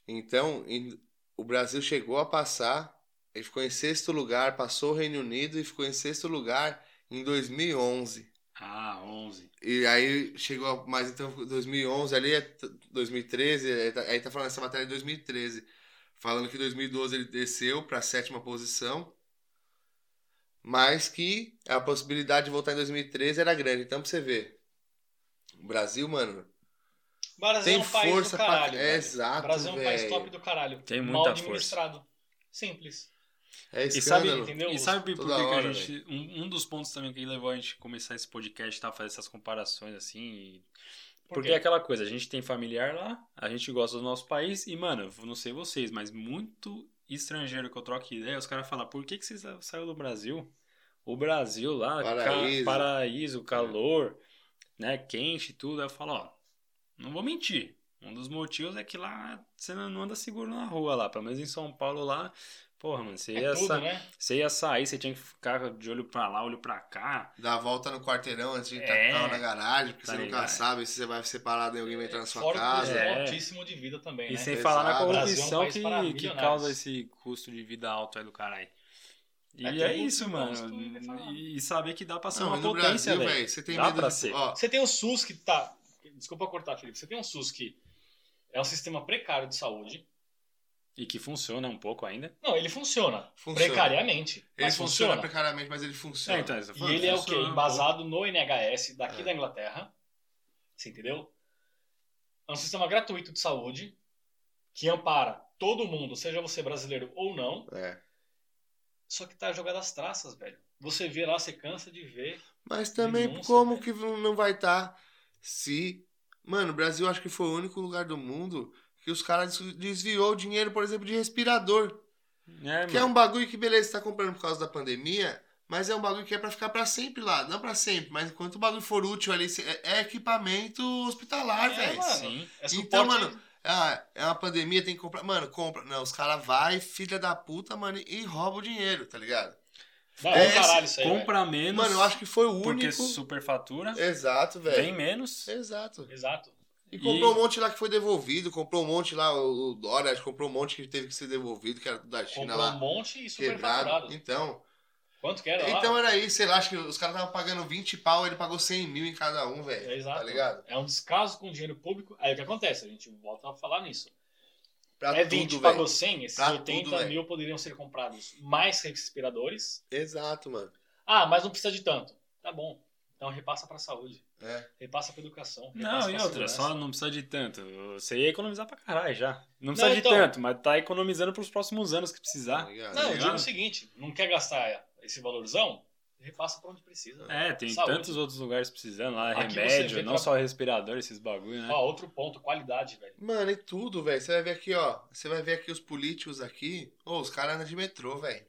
Então, em- o Brasil chegou a passar, ele ficou em sexto lugar, passou o Reino Unido e ficou em sexto lugar em 2011.
Ah, 11.
E aí chegou, a- mas então 2011 ali é t- 2013, aí tá, aí tá falando essa matéria de 2013, falando que 2012 ele desceu pra sétima posição, mas que a possibilidade de voltar em 2013 era grande. Então pra você ver, o Brasil, mano,
O Brasil
tem
é um país
força
do caralho.
pra...
velho.
É, exato,
o Brasil é um país
velho.
top do caralho.
Tem
Mal
muita
administrado. Simples.
É
E sabe,
escândalo.
entendeu?
e sabe por que,
Toda
que
hora,
a gente. Um, um dos pontos também que levou a gente a começar esse podcast, tá? Fazer essas comparações assim. e-
Por
Porque
quê?
é aquela coisa, a gente tem familiar lá, a gente gosta do nosso país, e, mano, eu não sei vocês, mas muito estrangeiro que eu troco ideia, os caras falam, por que, que você sa- saiu do Brasil? O Brasil lá, ca-
Paraíso.
paraíso
É.
calor, né? Quente e tudo. Aí eu falo, ó, não vou mentir. Um dos motivos é que lá você não anda seguro na rua lá. Pelo menos em São Paulo lá, porra, mano, você
É
ia,
tudo,
sa-
né?
você ia sair, você tinha que ficar de olho pra lá, olho pra cá.
Dá a volta no quarteirão antes de entrar
É.
com o carro na garagem, porque
Tá
você nunca
ligado.
sabe se você vai ser parado e alguém vai entrar na sua
Fora o custo
casa.
É.
altíssimo de vida também,
E
né?
sem
Exato.
falar na
Brasil é um
corrupção
país para
que, que
milionários.
causa esse custo de vida alto aí do caralho. E
É,
é,
tem muito
isso, mano.
imposto, eu ia falar.
E e saber que dá pra ser
um Não,
É uma
mas no
potência,
Brasil,
velho.
velho, você tem
Dá
medo
pra
de...
ser.
Ó,
Você tem o SUS que tá. Desculpa cortar, Felipe. Você tem o SUS que é um sistema precário de saúde.
E que funciona um pouco ainda.
Não, ele funciona.
Funciona.
Precariamente.
ele
mas
funciona,
é funciona.
precariamente, mas ele funciona.
isso
E ele é o quê?
funciona um
Embasado no NHS daqui
É.
da Inglaterra. Você entendeu? É um sistema gratuito de saúde que ampara todo mundo, seja você brasileiro ou não,
É.
só que tá jogado às traças, velho. Você vê lá, você cansa de ver.
Mas também,
Denúncia,
como
velho.
que não vai estar se... Mano, o Brasil acho que foi o único lugar do mundo que os caras desviou o dinheiro, por exemplo, de respirador.
pouco. É,
Que é
mano.
um bagulho que, beleza, você tá comprando por causa da pandemia, mas é um bagulho que é pra ficar pra sempre lá. Não pra sempre, mas enquanto o bagulho for útil ali, se- é- é equipamento hospitalar,
É,
velho.
mano.
Sim.
É suporte.
Então, mano, ah, é uma pandemia, tem que comprar. Mano, compra. Não, os caras vai, filha da puta, mano, e rouba o dinheiro, tá ligado?
Não,
é
é um
esse-
caralho isso aí. velho.
Compra menos.
Mano, eu acho que foi o
Porque
único.
superfatura.
Exato,
Vem
velho. É
menos.
Exato.
Exato.
E comprou um monte lá que foi devolvido, comprou um monte lá, o o Dória acho que comprou um monte que teve que ser devolvido, que era da China
Comprou um
lá,
monte e
quebrado.
superfaturado.
Então,
Quanto que era
então
lá?
era isso, sei lá, acho que os caras estavam pagando 20 pau, ele pagou 100 mil em cada um, velho.
É, exato.
Tá ligado?
É um descaso com dinheiro público. Aí o que acontece? A gente volta a falar nisso.
Pra
é
Tá tudo,
20,
velho.
pagou 100, esses
Pra
80
tudo, velho.
mil poderiam ser comprados mais respiradores.
Exato, mano.
Ah, mas não precisa de tanto. Tá bom. Não repassa pra saúde.
É.
Repassa pra educação. repassa
Não, e
pra
outra,
segurança.
só não precisa de tanto. Você ia economizar pra caralho já. Não precisa de
então-
tanto, mas tá economizando pros próximos anos que precisar.
Tá ligado?
Não, eu
ligado?
digo o seguinte: não quer gastar esse valorzão? Repassa pra onde precisa.
É, tem
Saúde.
tantos outros lugares precisando lá,
Aqui você
remédio,
vê é
não
tra-
só respirador, esses bagulho, né?
Ó, outro ponto, qualidade, velho.
Mano, e tudo, velho. Você vai ver aqui, ó. Você vai ver aqui os políticos aqui. Ô, os caras andam de metrô, velho.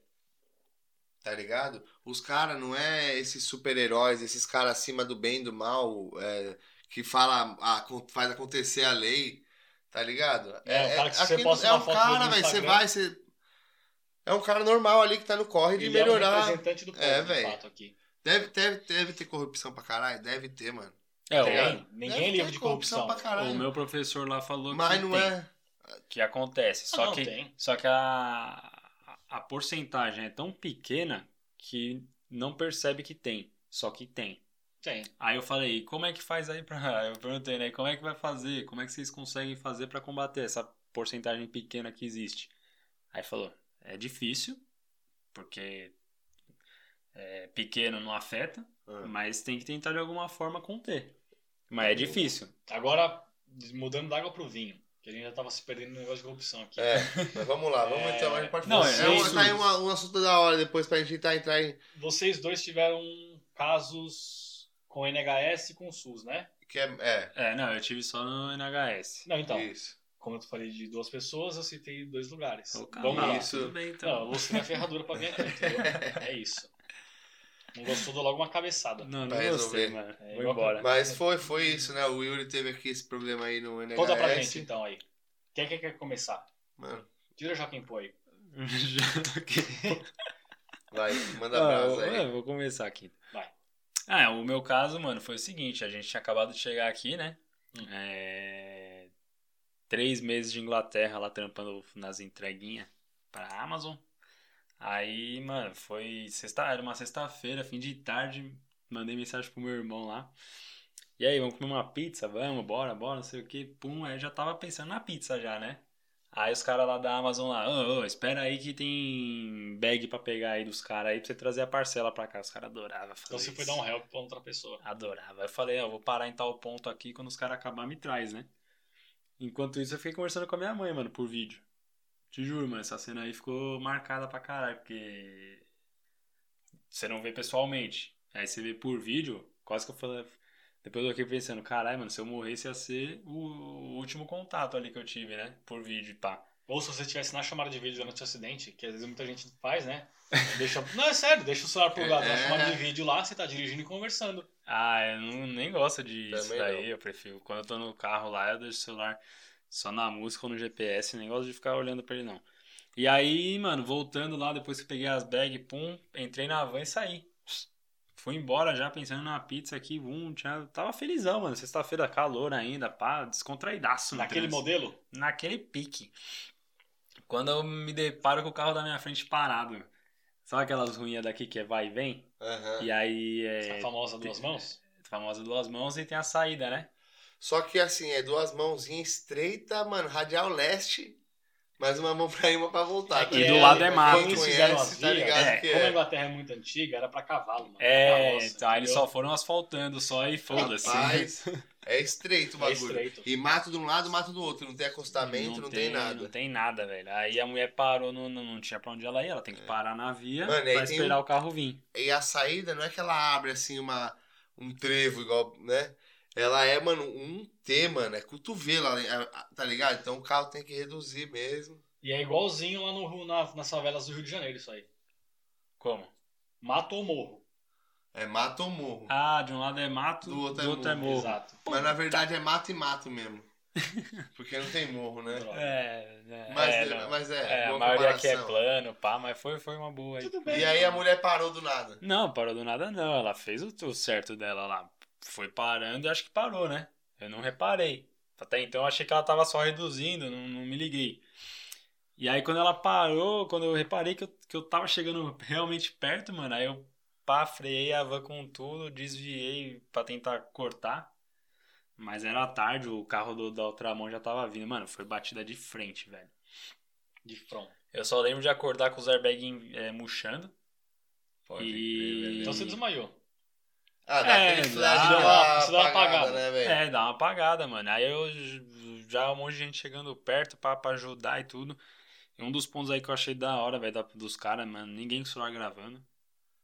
Tá ligado? Os caras não é esses super-heróis, esses caras acima do bem e do mal, é, que fala, a- co- faz acontecer a lei. Tá ligado?
É, o cara que se você
aquilo-
posta
é
uma
um
foto dele
cara,
no
velho. Você
Instagram-
vai, você. É um cara normal ali que tá no corre de
Ele é o
melhorar.
representante do povo,
É,
de
velho.
fato, aqui.
Deve, deve, deve ter corrupção pra caralho. Deve ter, mano.
É,
Tem,
o,
ninguém
Deve
é livre
ter
de corrupção.
pra Tá caralho.
o meu professor lá falou
Mas
que,
não
tem,
é.
que acontece. Só
Ah, não,
que
tem.
Só que a, a porcentagem é tão pequena que não percebe que tem. Só que tem.
Tem.
Aí eu falei, como é que faz aí pra. [laughs] Eu perguntei, né? Como é que vai fazer? Como é que vocês conseguem fazer pra combater essa porcentagem pequena que existe? Aí falou, é difícil, porque é, pequeno não afeta,
Ah.
mas tem que tentar de alguma forma conter. Mas é difícil.
Agora, mudando da água pro vinho, que a gente já tava se perdendo no negócio de corrupção aqui. [laughs]
É, mas vamos lá, vamos
É.
então, a gente pode
Não,
falar.
é
É um-
isso.
tá aí uma- um assunto da hora depois pra gente tentar entrar em.
Vocês dois tiveram casos com NHS e com SUS, né?
Que é, é,
É, não, eu tive só no NHS.
Não, então,
isso.
como eu falei de duas pessoas, eu citei dois lugares.
Ô, cara,
Vamos lá.
Isso.
Tudo bem, então.
Não, eu lancei a ferradura pra vir aqui, entendeu? É isso. Não gostou, dou logo uma cabeçada.
Não, não
Pra resolver.
gostei, mano.
É,
Vou
igual-
embora.
Mas foi, foi isso, né? O Yuri teve aqui esse problema aí no NHS.
Conta pra gente, então, aí. Quem é que quer começar?
Mano,
Tira o Joaquim Pô aí.
[laughs] Já que-
vai, manda
Ah, eu-
brasa aí.
eu vou começar aqui.
Vai.
Ah, o meu caso, mano, foi o seguinte: a gente tinha acabado de chegar aqui, né?
Hum.
É, Três meses de Inglaterra lá trampando nas entreguinhas pra Amazon. Aí, mano, foi sexta, era uma sexta-feira, fim de tarde, mandei mensagem pro meu irmão lá. E aí, vamos comer uma pizza? Vamos, bora, bora, não sei o que. Pum, aí eu já tava pensando na pizza já, né? Aí os caras lá da Amazon lá, ô, ô, espera aí que tem bag pra pegar aí dos caras aí pra você trazer a parcela pra cá. Os caras adoravam fazer
Então você foi
isso.
dar um help pra outra pessoa.
Adorava. Eu falei, ó, vou parar em tal ponto aqui, quando os caras acabar me traz, né? Enquanto isso, eu fiquei conversando com a minha mãe, mano, por vídeo. Te juro, mano, essa cena aí ficou marcada pra caralho, porque você não vê pessoalmente. Aí você vê por vídeo, quase que eu falei. Depois eu fiquei pensando, caralho, mano, se eu morresse ia ser o último contato ali que eu tive, né? Por vídeo, e pá.
Ou se você estivesse na chamada de vídeo durante o acidente, que às vezes muita gente faz,
[laughs]
né? Deixa... Não, é sério, deixa o celular plugado na
É.
chamada de vídeo lá, você tá dirigindo e conversando.
Ah, eu não, nem gosto de isso
Também
daí,
não.
eu prefiro. Quando eu tô no carro lá, eu deixo o celular só na música ou no GPS, nem gosto de ficar olhando pra ele não. E aí, mano, voltando lá, depois que peguei as bags, pum, entrei na van e saí. Fui embora já pensando na pizza aqui, um, tchau. Tava felizão, mano. Sexta-feira, calor ainda, pá, descontraidaço no
Naquele
trânsito
modelo,
naquele pique. Quando eu me deparo com o carro da minha frente parado. Sabe aquelas ruinhas daqui que é vai e vem?
Aham.
E aí
essa
é
famosa duas
tem-
mãos.
famosa duas mãos e tem a saída, né?
Só que assim, é duas mãozinhas estreitas, mano, radial leste, mais uma mão pra ir, uma pra voltar.
E
que
do lado é
Pra
mato.
quem
Eles fizeram as
conhece, tá
vias,
ligado?
é,
que
Como a
é.
Inglaterra é muito antiga, era pra cavalo, mano.
É,
Carroça,
tá, eles
entendeu?
só foram asfaltando só e foda-se. [laughs]
Rapaz, é estreito o
É
bagulho.
estreito.
E mato de um lado, mato do outro. Não tem acostamento, não, tem, nada.
Não tem nada, velho. Aí a mulher parou, não, não, não tinha pra onde ela ir, ela tem que parar na via
É. Mano, e aí
pra
tem
esperar
um-
o carro vir.
E a saída não é que ela abre assim uma, um trevo igual, né? Ela é, mano, um T, mano. É cotovelo, ali, a- a- tá ligado? Então o carro tem que reduzir mesmo.
E é igualzinho lá no, Rio- na, nas favelas do Rio de Janeiro, isso aí.
Como?
Mata ou morro.
É mato ou morro.
Ah, de um lado é mato, do outro, é, morro.
Exato.
Mas na verdade é mato e mato
[laughs]
mesmo. Porque não tem morro, né?
Droga.
É, é,
Mas
é,
é,
não.
mas é,
É, a
boa
maioria aqui é
comparação.
plano, pá, mas foi, foi uma boa aí.
Tudo bem.
E aí a mulher parou do nada.
Não, parou do nada não, ela fez o, o certo dela lá. Foi parando e acho que parou, né? Eu não reparei. Até então eu achei que ela tava só reduzindo, não, não me liguei. E aí quando ela parou, quando eu reparei que eu, que eu tava chegando realmente perto, mano, aí eu pá, freiei a van com tudo, desviei pra tentar cortar. Mas era tarde, o carro do, da Ultramon já tava vindo. Mano, foi batida de frente, velho.
De front.
Eu só lembro de acordar com os airbags eh, é, murchando.
Pode
E-
crer, velho.
Então você desmaiou.
Ah, dá
É,
aquele
dá-
flash
dá uma-
dá
isso dá uma
uma apagada,
apagada.
né, velho?
É, dá uma apagada, mano. Aí eu já um monte de gente chegando perto pra, pra ajudar e tudo. E um dos pontos aí que eu achei da hora, velho, da- dos caras, mano, ninguém com o celular gravando.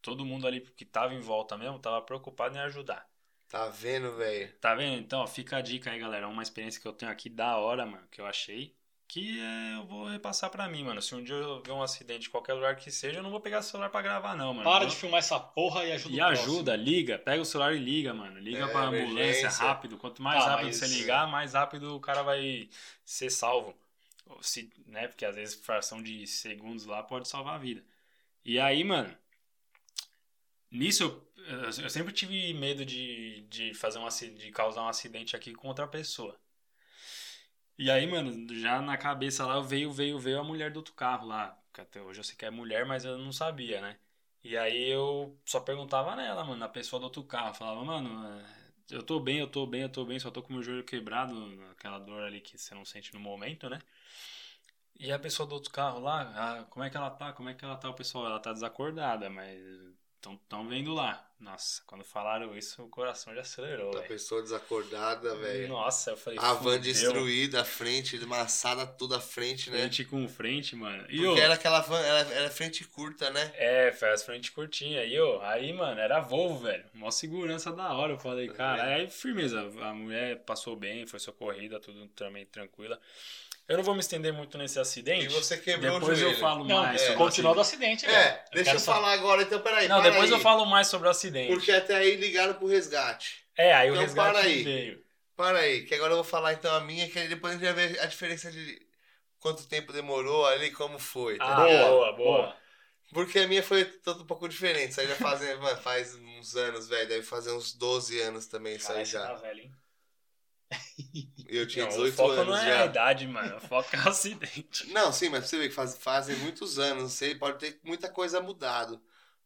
Todo mundo ali que tava em volta mesmo, tava preocupado em ajudar.
Tá vendo, velho?
Tá vendo? Então, ó, fica a dica aí, galera. Uma experiência que eu tenho aqui da hora, mano, que eu achei. Que é, eu vou repassar pra mim, mano. Se um dia eu ver um acidente em qualquer lugar que seja, eu não vou pegar o celular pra gravar, não, mano.
Para
Eu-
de filmar essa porra e ajuda
e
o próximo.
ajuda, liga, pega o celular e liga, mano. Liga
É,
pra ambulância
emergência.
rápido. Quanto mais
Ah,
rápido
mas-
você ligar, mais rápido o cara vai ser salvo. Ou Se, né? Porque às vezes fração de segundos lá pode salvar a vida. E aí, mano, nisso eu, eu- eu sempre tive medo de, de fazer um aci- de causar um acidente aqui com outra pessoa. E aí, mano, já na cabeça lá veio, veio, veio a mulher do outro carro lá. Que até hoje eu sei que é mulher, mas eu não sabia, né? E aí eu só perguntava nela, mano, na pessoa do outro carro. Eu Falava, mano, é, eu tô bem, eu tô bem, eu tô bem, só tô com meu joelho quebrado, aquela dor ali que você não sente no momento, né? E a pessoa do outro carro lá, ah, como é que ela tá? Como é que ela tá? O pessoal, ela tá desacordada, mas tão, tão vendo lá. Nossa, quando falaram isso, o coração já acelerou,
A
velho.
pessoa desacordada, Tá velho.
Nossa, eu falei,
A van
"Fudeu".
destruída, a frente, amassada toda a frente, né?
Frente com frente, mano. E ô,
Porque era aquela van, era, era frente curta, né?
É, foi as frentes curtinhas. E, ô, aí, mano, era Volvo, velho. Mó segurança da hora. Eu falei,
Tá
cara,
vendo?
aí firmeza. A mulher passou bem, foi socorrida, tudo também tranquila. Eu não vou me estender muito nesse acidente.
E você quebrou
Depois
o
eu
joelho.
falo
Não,
mais.
isso
sobre o
continua do acidente, velho.
É, deixa
quero
eu
só-
falar agora, então peraí.
acidente. Não,
para
depois
aí.
eu falo mais sobre o acidente.
Porque até aí ligaram pro resgate.
É, aí o
Então,
resgate
para aí.
veio.
Para aí, que agora eu vou falar então a minha, que aí depois a gente vai ver a diferença de quanto tempo demorou ali, como foi, tá
Ah,
ligado?
boa, boa.
Porque a minha foi todo um pouco diferente. Isso aí já faz, [laughs] mano, faz uns anos, velho. Deve fazer uns 12 anos também isso
Caralho,
aí
você tá
já.
velho, hein?
Eu tinha
Não, o
18
foco
anos
não é
já.
a idade, mano. O foco é o acidente.
Não, sim, mas pra você vê que faz, fazem muitos anos, não sei, pode ter muita coisa mudado.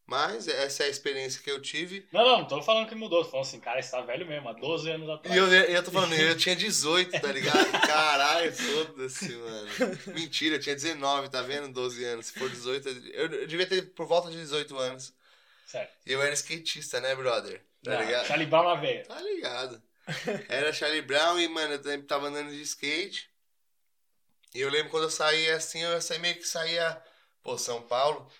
Mas essa é a experiência que eu tive.
Não, não, não tô falando que mudou. Tô falando assim, cara, você tá velho mesmo, há 12 anos atrás.
E eu, eu tô falando, eu tinha 18, tá ligado? [laughs] Caralho, foda-se, mano. Mentira, eu tinha 19, tá vendo? 12 anos. Se for 18, eu, eu devia ter por volta de 18 anos.
Certo.
E eu era skatista, né, brother? Tá
Não,
ligado?
Charlie Brown na veia.
Tá ligado. Era Charlie Brown e, mano, eu também tava andando de skate. E eu lembro quando eu saía assim, eu saía meio que saía, pô, São Paulo,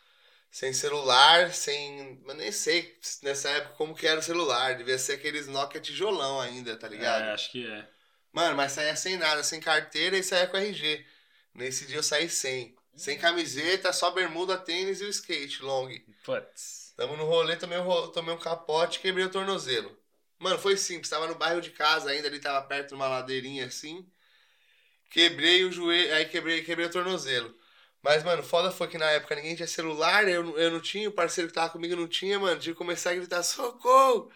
sem celular, sem. Eu nem sei nessa época como que era o celular. Devia ser aqueles Nokia tijolão ainda, tá ligado?
É, acho que é.
Mano, mas saía sem nada, sem carteira e saía com RG. Nesse dia eu saí sem. Sem camiseta, só bermuda, tênis e o skate long.
Putz.
Tamo no rolê, tomei um, ro- tomei um capote e quebrei o tornozelo. Mano, foi simples. Tava no bairro de casa ainda, ali tava perto de uma ladeirinha assim. Quebrei o joelho, aí quebrei, quebrei o tornozelo. Mas, mano, foda foi que na época ninguém tinha celular, eu, eu não tinha, o parceiro que tava comigo não tinha, mano. Tive que começar a gritar, socorro!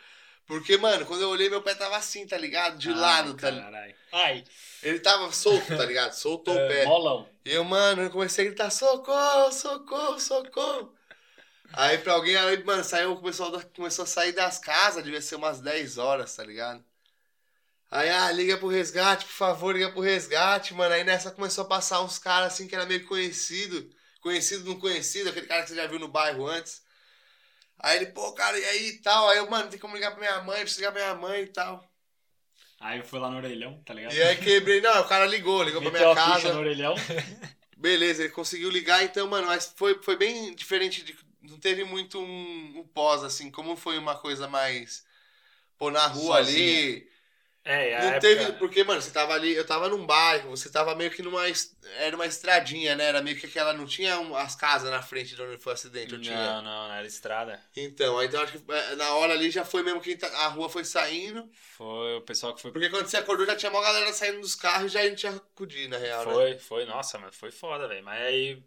Porque, mano, quando eu olhei, meu pé tava assim, tá ligado?
Ah,
De lado, tá ligado?
caralho.
Ai,
Ele tava solto, tá ligado? Soltou o pé.
bolão.
E eu, mano, eu comecei a gritar: socorro, socorro, socorro. Aí pra alguém, aí, mano, saiu, o pessoal da- começou a sair das casas, devia ser umas 10 horas, tá ligado? Aí, ah, liga pro resgate, por favor, liga pro resgate, mano. Aí nessa começou a passar uns caras assim que era meio conhecido, conhecido, não conhecido, aquele cara que você já viu no bairro antes. Aí ele, pô, cara, e aí e tal? Aí eu, mano, tem como ligar pra minha mãe, preciso ligar pra minha mãe e tal.
Aí foi lá no orelhão, tá ligado?
E aí quebrei, não, o cara ligou, ligou pra
Meteu
minha
a ficha
casa.
no orelhão.
Beleza, ele conseguiu ligar, então, mano, mas foi, foi bem diferente de. Não teve muito um, um pós, assim, como foi uma coisa mais. Pô, na rua ali.
É, e a
Não
época-
teve. Porque, mano, você tava ali. Eu tava num bairro, você tava meio que numa. es- Era uma estradinha, né? Era meio que aquela. Não tinha um- as casas na frente de onde foi o acidente, eu tinha.
Não, não, era estrada.
Então, aí, então acho que eh, na hora ali já foi mesmo que tá- a rua foi saindo.
Foi o pessoal que foi.
Porque quando você acordou já tinha uma galera saindo dos carros e já a gente ia acudir, na real, né?
Foi, foi, nossa, mano, foi foda, velho. Mas aí.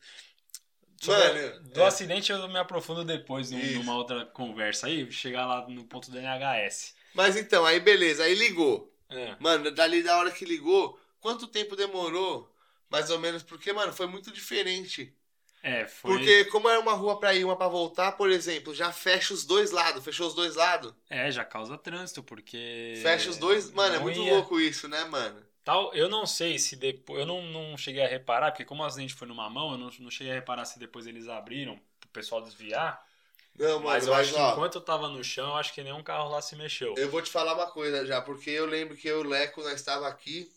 Mano,
do
é.
acidente eu me aprofundo depois num-
Isso.
numa outra conversa aí, chegar lá no ponto do NHS.
Mas então, aí beleza, aí ligou.
Ah,
Mano, dali da hora que ligou, quanto tempo demorou? Mais ou menos, porque, mano, foi muito diferente.
É, foi.
Porque como era uma rua pra ir, uma pra voltar, por exemplo, já fecha os dois lados, fechou os dois lados.
É, já causa trânsito, porque.
Fecha os dois, mano, é
não
muito
ia.
louco isso, né, mano?
Tal, eu não sei se depois. Eu não, não cheguei a reparar, porque como o acidente foi numa mão, eu não, não cheguei a reparar se depois eles abriram pro pessoal desviar.
Não, mano,
Mas eu acho que
ó,
enquanto eu tava no chão, eu acho que nenhum carro lá se mexeu.
Eu vou te falar uma coisa já, porque eu lembro que eu e o Leco, nós estava aqui,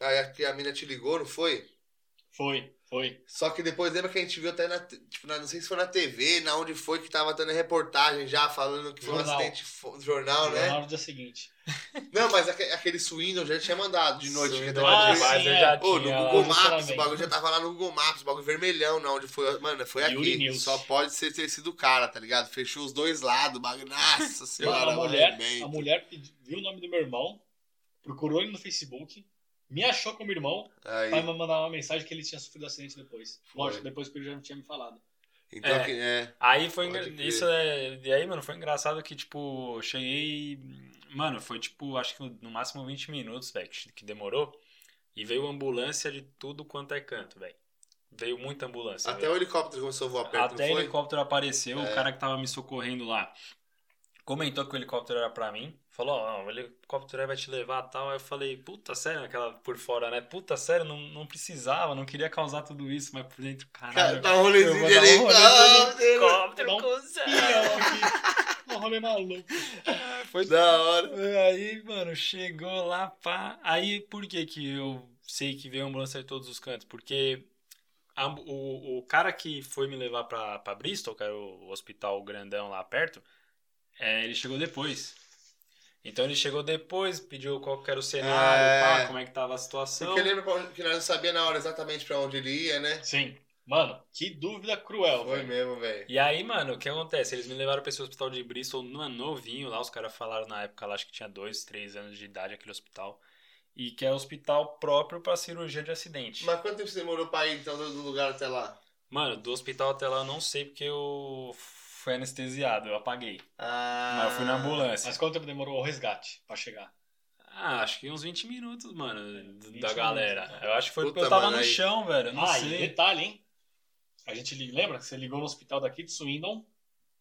aí a, que a mina te ligou, não foi?
Foi, foi.
Só que depois lembra que a gente viu até na, te- tipo, na- não sei se foi na TV, na onde foi, que tava tendo reportagem já, falando que foi um
Jornal.
acidente fo- no jornal,
Jornal
né?
no dia seguinte.
Não, mas aque- aquele Swindon já tinha mandado de noite.
Subiu
que
Ah,
tava-
demais,
sim,
eu
é.
já
Ô, no
tinha lá.
Google Maps,
sinceramente.
o bagulho já tava lá no Google Maps, o bagulho vermelhão, na onde foi, mano, foi
Yuri
aqui.
News.
Só pode ser ter sido o cara, tá ligado? Fechou os dois lados, o bagulho, nossa senhora, é
a mulher,
realmente.
a mulher pedi- viu o nome do meu irmão, procurou ele no Facebook, me achou como irmão,
Aí,
pra me mandar uma mensagem que ele tinha sofrido um acidente depois.
Foi.
Lógico, depois que ele já não tinha me falado.
então,
É.
que- é.
Aí foi
Pode
engra-
crer.
isso é, e aí, mano, foi engraçado que tipo, eu cheguei, mano, foi tipo, acho que no máximo 20 minutos, velho, que que demorou, e veio ambulância de tudo quanto é canto, velho. Veio muita ambulância.
Até
velho.
o helicóptero começou a voar perto,
Até
não foi?
helicóptero apareceu,
É.
o cara que tava me socorrendo lá comentou que o helicóptero era pra mim. Falou, ó, o helicóptero aí vai te levar e tal. Aí eu falei, puta sério, aquela por fora, né? Puta sério, não, não precisava, não queria causar tudo isso, mas por dentro,
Cara,
caralho.
dá um rolezinho
vou
de
dar um
helicóptero.
helicóptero,
Não.
cuzão.
Então, Pior que- Um rolê maluco.
Foi
Da hora.
Aí, mano, chegou lá, pá. Aí, por que que eu sei que veio ambulância de todos os cantos? Porque a- o, o cara que foi me levar pra, pra Bristol, que era o hospital grandão lá perto, é, ele chegou depois. Então ele chegou depois, pediu qual que era o cenário,
É.
pá, como é que tava a situação.
Porque lembra pra onde- que nós não sabia na hora exatamente pra onde ele ia, né?
Sim. Mano, que dúvida cruel,
Foi
velho.
mesmo, velho.
E aí, mano, o que acontece? Eles me levaram pra esse hospital de Bristol no novinho lá. Os caras falaram na época lá, acho que tinha dois, três anos de idade aquele hospital. E que é hospital próprio pra cirurgia de acidente.
Mas quanto tempo você demorou pra ir, então, do do lugar até lá?
Mano, do hospital até lá eu não sei porque eu fui anestesiado, eu apaguei.
Ah,
Mas eu fui na ambulância.
Mas quanto tempo demorou o resgate pra chegar?
Ah, acho que uns 20 minutos, mano, d-
20
da galera.
minutos, então.
Eu acho que foi
Puta,
porque eu tava
mano,
no
aí-
chão, velho. eu Não
Ah, e
sei.
detalhe, hein? A gente li- lembra que você ligou no hospital daqui de Swindon,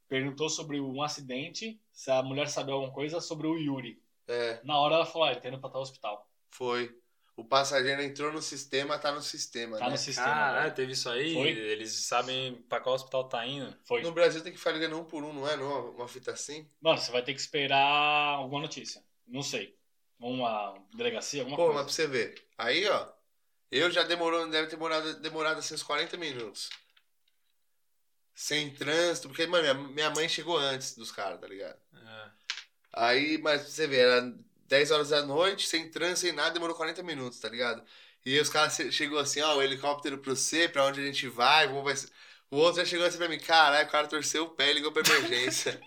perguntou sobre um acidente, se a mulher sabia alguma coisa sobre o Yuri.
É,
Na hora ela falou, ah, ele tá indo pra tal hospital.
foi. O passageiro entrou no sistema, tá no sistema,
Tá
né?
no sistema.
Caralho,
velho.
teve isso aí?
Foi.
Eles sabem pra qual hospital tá indo.
Foi.
No Brasil tem que ficar ligando um por um, não é? Não, Uma- uma fita assim?
Mano, você vai ter que esperar alguma notícia. Não sei. Uma delegacia, alguma
Pô, mas
coisa.
pra você ver. Aí, ó. Eu já demorou, deve ter demorado, demorado assim uns 40 minutos. Sem trânsito, porque, mano, minha- minha mãe chegou antes dos caras, tá ligado?
Ah,
Aí, mas pra você vê, era 10 horas da noite, sem trânsito, sem nada, demorou 40 minutos, tá ligado? E aí os caras che- chegou assim, ó, o helicóptero pro C, pra onde a gente vai, como vai ser- O outro já chegou assim pra mim, caralho, o cara torceu o pé e ligou pra
[laughs]
emergência.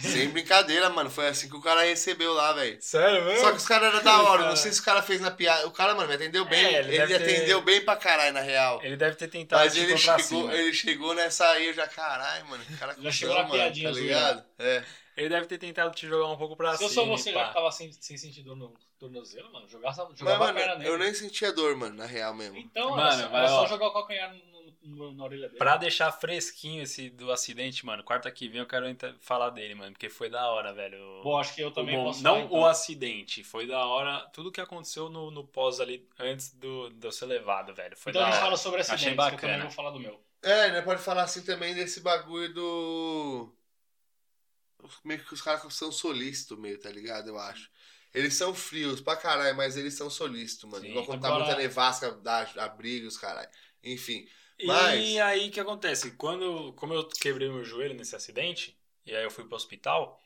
sem brincadeira, mano, foi assim que o cara recebeu lá, velho.
Sério,
Só que os caras eram da hora, não
Cara.
sei se o cara fez na piada. O cara, mano, me atendeu bem.
É, ele
ele
deve ter-
atendeu bem pra caralho, na real.
Ele deve ter tentado
Mas
te
ele
comprar
chegou,
cima.
ele chegou nessa aí, eu já, caralho, mano, o cara
Já chegou na
mano,
piadinha
tá
zoeira.
ligado? É.
Ele deve ter tentado te jogar um pouco pra
Se eu
cima.
sou
e
você
pá.
já tá- que tava sem, sem sentir dor no tornozelo, mano, jogava,
Mas,
jogava a
mano,
perna
né?
nele.
eu nem sentia dor, mano, na real mesmo.
Então,
Mano,
era, só-
mas,
era só
ó.
jogar o calcanhar no- no- na orelha dele.
Pra deixar fresquinho esse do acidente, mano, quarta que vem eu quero entra- falar dele, mano, porque foi da hora, velho.
Bom, acho que eu também
Bom,
posso
não
falar, então.
o acidente, foi da hora tudo que aconteceu no, no pós ali, antes do, de eu ser levado, velho. Foi
Então a
da
gente
hora.
fala sobre
Achei
acidentes, que eu
bacana.
também vou falar do meu.
É, né? Pode falar assim também desse bagulho do. Meio que os caras são solícitos, meio, tá ligado? Eu acho. Eles são frios pra caralho, mas eles são solícitos, mano.
Sim,
Igual quando tá
agora-
muita nevasca, dá abrigo, os caralho. Enfim.
E
Mas-
aí o que acontece? Quando, como eu quebrei meu joelho nesse acidente, e aí eu fui pro hospital,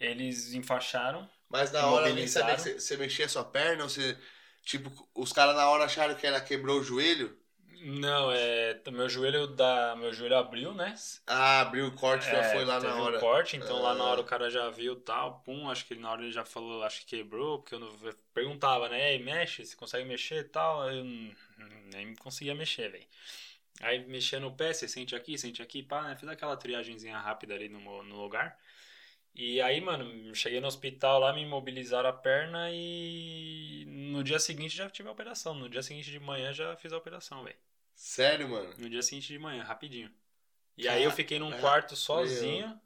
eles enfaixaram.
Mas na hora nem
Imobilizaram.
sabia que você- você mexia a sua perna ou você. Tipo, os caras na hora acharam que ela quebrou o joelho.
Não, é. Meu joelho da. Meu joelho abriu, né?
Ah, abriu o corte, já
É,
foi lá
teve
na
um
hora.
corte, então lá na
Ah.
hora o cara já viu tal, pum, acho que ele- na hora ele já falou, acho que quebrou, porque eu não eu perguntava, né? Ei, mexe, você consegue mexer e tal? Eu hum, nem conseguia mexer, velho. Aí mexendo o pé, você sente aqui, sente aqui, pá, né? Fiz aquela triagenzinha rápida ali no, mo- no lugar. E aí, mano, cheguei no hospital lá, me imobilizaram a perna e no dia seguinte já tive a operação. No dia seguinte de manhã já fiz a operação, velho.
Sério, mano?
No dia seguinte de manhã, rapidinho. E
Cara,
aí eu fiquei num
é,
quarto sozinho.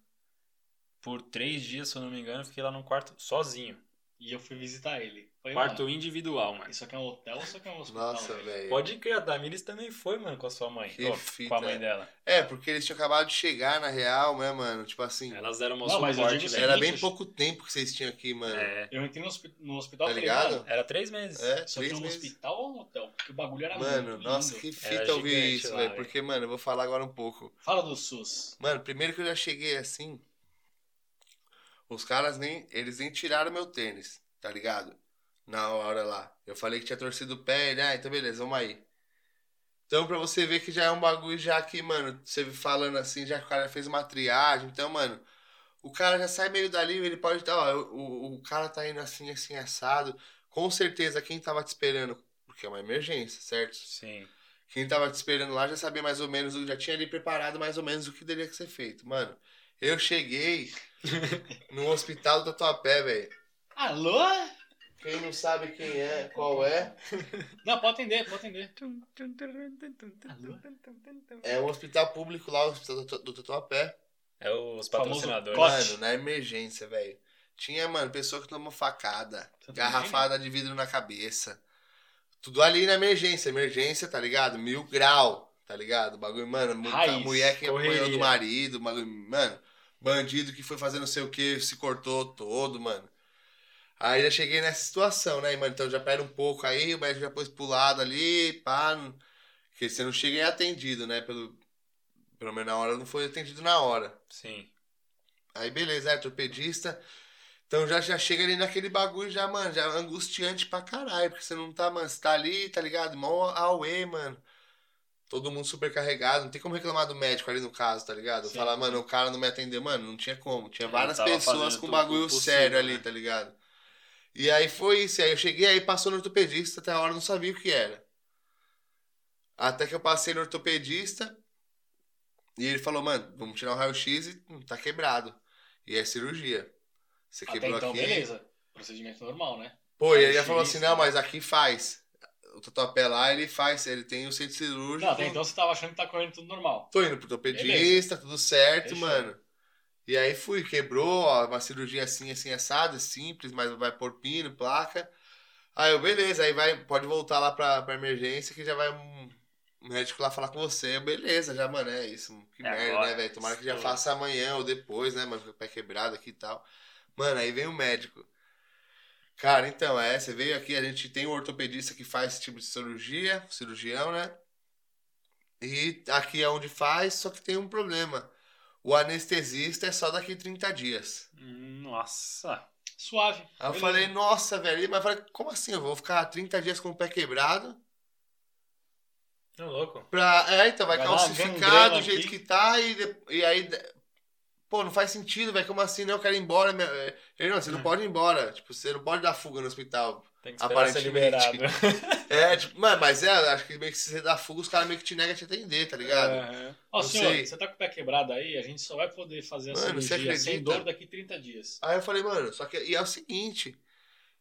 Por três dias, se eu não me engano, eu fiquei lá num quarto sozinho.
E eu fui visitar ele. Falei,
Quarto
mano,
individual, mano.
isso aqui é um hotel ou isso aqui é um hospital?
Nossa,
velho?
velho.
Pode crer, a Damiris também foi, mano, com a sua mãe.
Que
Ó, com
fita,
a mãe
é.
dela.
É, porque eles tinham acabado de chegar na real, né, mano? Tipo assim,
Elas deram uma
Não, mas eu
suporte,
digo
velho.
era
seguinte,
bem
eu-
pouco tempo que vocês tinham aqui, mano.
É,
Eu entrei no, hospi- no hospital
Tá
falei,
ligado?
mano,
era três meses.
É,
Isso aqui é
três
um
meses.
hospital ou um hotel? Porque o bagulho era
Mano,
muito
nossa,
lindo.
que
Era
fita ouvir
gigante
isso,
lá,
velho.
velho.
Porque, mano, eu vou falar agora um pouco.
Fala do SUS.
Mano, primeiro que eu já cheguei assim, os caras nem, eles nem tiraram meu tênis, tá ligado? Na hora lá. Eu falei que tinha torcido o pé, ele, ah, então beleza, vamos aí. Então, pra você ver que já é um bagulho já que, mano, você falando assim, já que o cara fez uma triagem, então, mano, o cara já sai meio dali, ele pode estar, ó, o, o cara tá indo assim, assim, assado. Com certeza, quem tava te esperando, porque é uma emergência, certo?
Sim.
Quem tava te esperando lá já sabia mais ou menos, já tinha ali preparado mais ou menos o que teria que ser feito. Mano, eu cheguei no hospital do Tatuapé, velho.
Alô?
Quem não sabe quem é, qual é,
Não, pode atender, pode atender.
é um hospital público lá, o hospital do, do Tatuapé.
É né? os
Famoso
patrocinadores.
Gote.
Mano, na emergência, velho. Tinha, mano, pessoa que tomou facada,
Você tá
garrafada de vidro na cabeça. Tudo ali na emergência. Emergência, tá ligado? Mil grau, tá ligado? Bagulho, mano, mu-
Raiz,
mulher que apanhou
correria.
do marido, bagulho, mano. Bandido que foi fazer não sei o que, se cortou todo, mano. Aí já cheguei nessa situação, né, mano? Então já pera um pouco aí, o médico já pôs pro lado ali, pá. não- Porque você não chega e é atendido, né? Pelo, pelo menos na hora não foi atendido na hora.
Sim.
Aí beleza, é ortopedista. Então já, já chega ali naquele bagulho, já, mano, já angustiante pra caralho, porque você não tá, mano, você tá ali, tá ligado? Mó auê, mano. Todo mundo super carregado, não tem como reclamar do médico ali no caso, tá ligado?
Sim.
Falar, mano, o cara não me atendeu, mano, não tinha como. Tinha
Ele
várias
tava
pessoas
fazendo
com
tudo
bagulho
possível,
sério ali,
né?
tá ligado? E aí foi isso, e aí eu cheguei, aí passou no ortopedista, até a hora eu não sabia o que era. Até que eu passei no ortopedista, e ele falou, mano, vamos tirar um raio-x e hum, tá quebrado. E é cirurgia. Você
Até
quebrou
então,
aqui.
beleza. Procedimento normal, né?
Pô, e aí ele
Raio-x,
falou assim, não,
né?
mas aqui faz. O tatuapé lá, ele faz, ele tem o centro cirúrgico.
Não, até então você tava achando que tá correndo tudo normal.
Tô indo pro ortopedista, tudo certo,
Fechou.
mano. E aí fui, quebrou, ó, uma cirurgia assim, assim, assada, simples, mas vai pôr pino, placa. Aí eu, beleza, aí vai, pode voltar lá pra, pra emergência que já vai um médico lá falar com você. Eu, beleza, já, mano, é isso. Que
É
merda,
agora,
né, velho? Tomara que já
estoura.
faça amanhã ou depois, né, mano? Com o pé quebrado aqui e tal. Mano, aí vem o médico. Cara, então, é, você veio aqui, a gente tem um ortopedista que faz esse tipo de cirurgia, cirurgião, né? E aqui é onde faz, só que tem um problema. O anestesista é só daqui 30 dias.
Nossa.
Suave.
Aí eu
beleza.
falei, nossa, velho. Mas eu falei, como assim? Eu vou ficar 30 dias com o pé quebrado?
Tá louco.
Pra... É, então vai,
Vai dar uma
calcificar
gangrena
do jeito
aqui.
que tá e, de- e aí. de- Pô, não faz sentido, velho. Como assim? Não, eu quero ir embora. minha- Ele, não, você não
É.
pode ir embora. Tipo, você não pode dar fuga no hospital.
Tem que esperar ser
Aparentemente.
liberado.
É, tipo, mano, mas é, acho que meio que se você dá fuga, os caras meio que te negam a te atender, tá ligado?
Aham.
Ó,
eu
senhor,
sei.
você tá com o pé quebrado aí, a gente só vai poder fazer a
Mano, você
cirurgia sem
acredita?
dor daqui 30 dias.
Aí eu falei, mano, só que. E é o seguinte.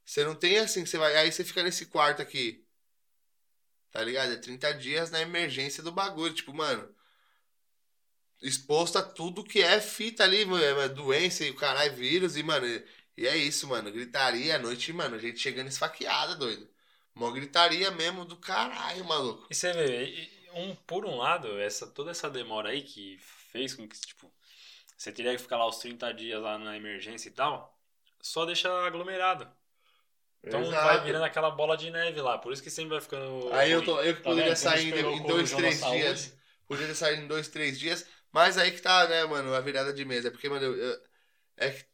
Você não tem assim, você vai. Aí você fica nesse quarto aqui. Tá ligado? É 30 dias na emergência do bagulho. Tipo, mano. Exposto a tudo que é fita ali, mano. é Doença e o caralho, vírus. E, mano. E, e é isso, mano. Gritaria à noite, mano. Gente chegando esfaqueada, doido. Mó gritaria mesmo do caralho, maluco.
E você vê, e- e um, por um lado, essa, toda essa demora aí que fez com que, tipo, você teria que ficar lá os 30 dias lá na emergência e tal, só deixa aglomerado. Então vai
Exato.
virando aquela bola de neve lá. Por isso que sempre vai ficando.
Aí eu,
ruim.
tô, eu que
Tá
poderia
vendo? Você não
sair
esperou
em, em
o
dois,
Corujão da
três
Saúde?
dias. Poderia sair em dois, três dias. Mas aí que tá, né, mano, a virada de mesa. Porque, mano, eu, eu- é que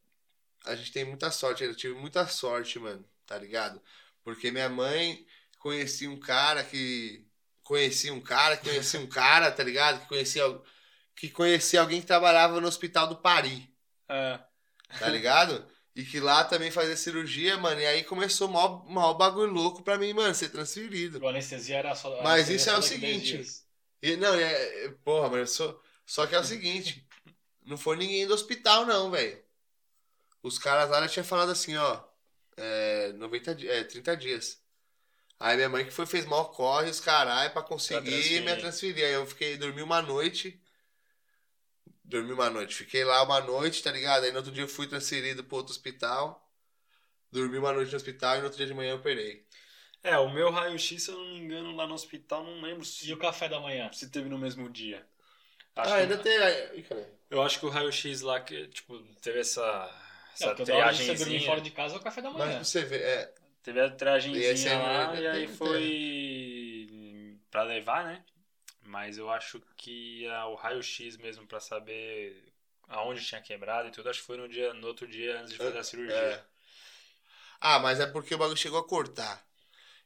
a gente tem muita sorte. Eu tive muita sorte, mano, tá ligado? Porque minha mãe conhecia um cara que. Conhecia um cara, que conhecia um cara, tá ligado? Que conhecia, al- que conhecia alguém que trabalhava no hospital do Paris
É.
Ah,
tá ligado? E que lá também fazia cirurgia, mano. E aí começou o maior, maior bagulho louco pra mim, mano, ser transferido.
O anestesia era só.
Mas
anestesia
isso é
só
o
daqui 10
seguinte.
dias.
E, não, é, é- porra, mas eu sou. Só que é o seguinte: não foi ninguém do hospital, não, velho. Os caras lá já tinham falado assim, ó. É, 90, di- é, 30 dias. Aí minha mãe que foi, fez mal corre, os caralho, pra conseguir
transferir.
me transferir. Aí eu fiquei, dormi uma noite. Dormi uma noite. Fiquei lá uma noite, tá ligado? Aí no outro dia eu fui transferido pro outro hospital. Dormi uma noite no hospital e no outro dia de manhã eu operei.
É, o meu raio-x, se eu não me engano, lá no hospital, não lembro
E
se,
o café da manhã?
se teve no mesmo dia. Acho
Ah,
que-
ainda tem. aí, cadê?
Eu acho que o raio-x lá, que, tipo, teve essa,
Não,
essa
porque da hora de você
triagemzinha.
dormir fora de casa é o café da
Mas
manhã.
pra você ver, é,
Teve a
E esse aí
triagemzinha lá
ainda
e aí
tem, é.
foi pra levar, né? Mas eu acho que a- o raio-x mesmo pra saber aonde tinha quebrado e tudo, acho que foi no, dia, no outro dia antes de fazer a cirurgia.
é. Ah, mas é porque o bagulho chegou a cortar.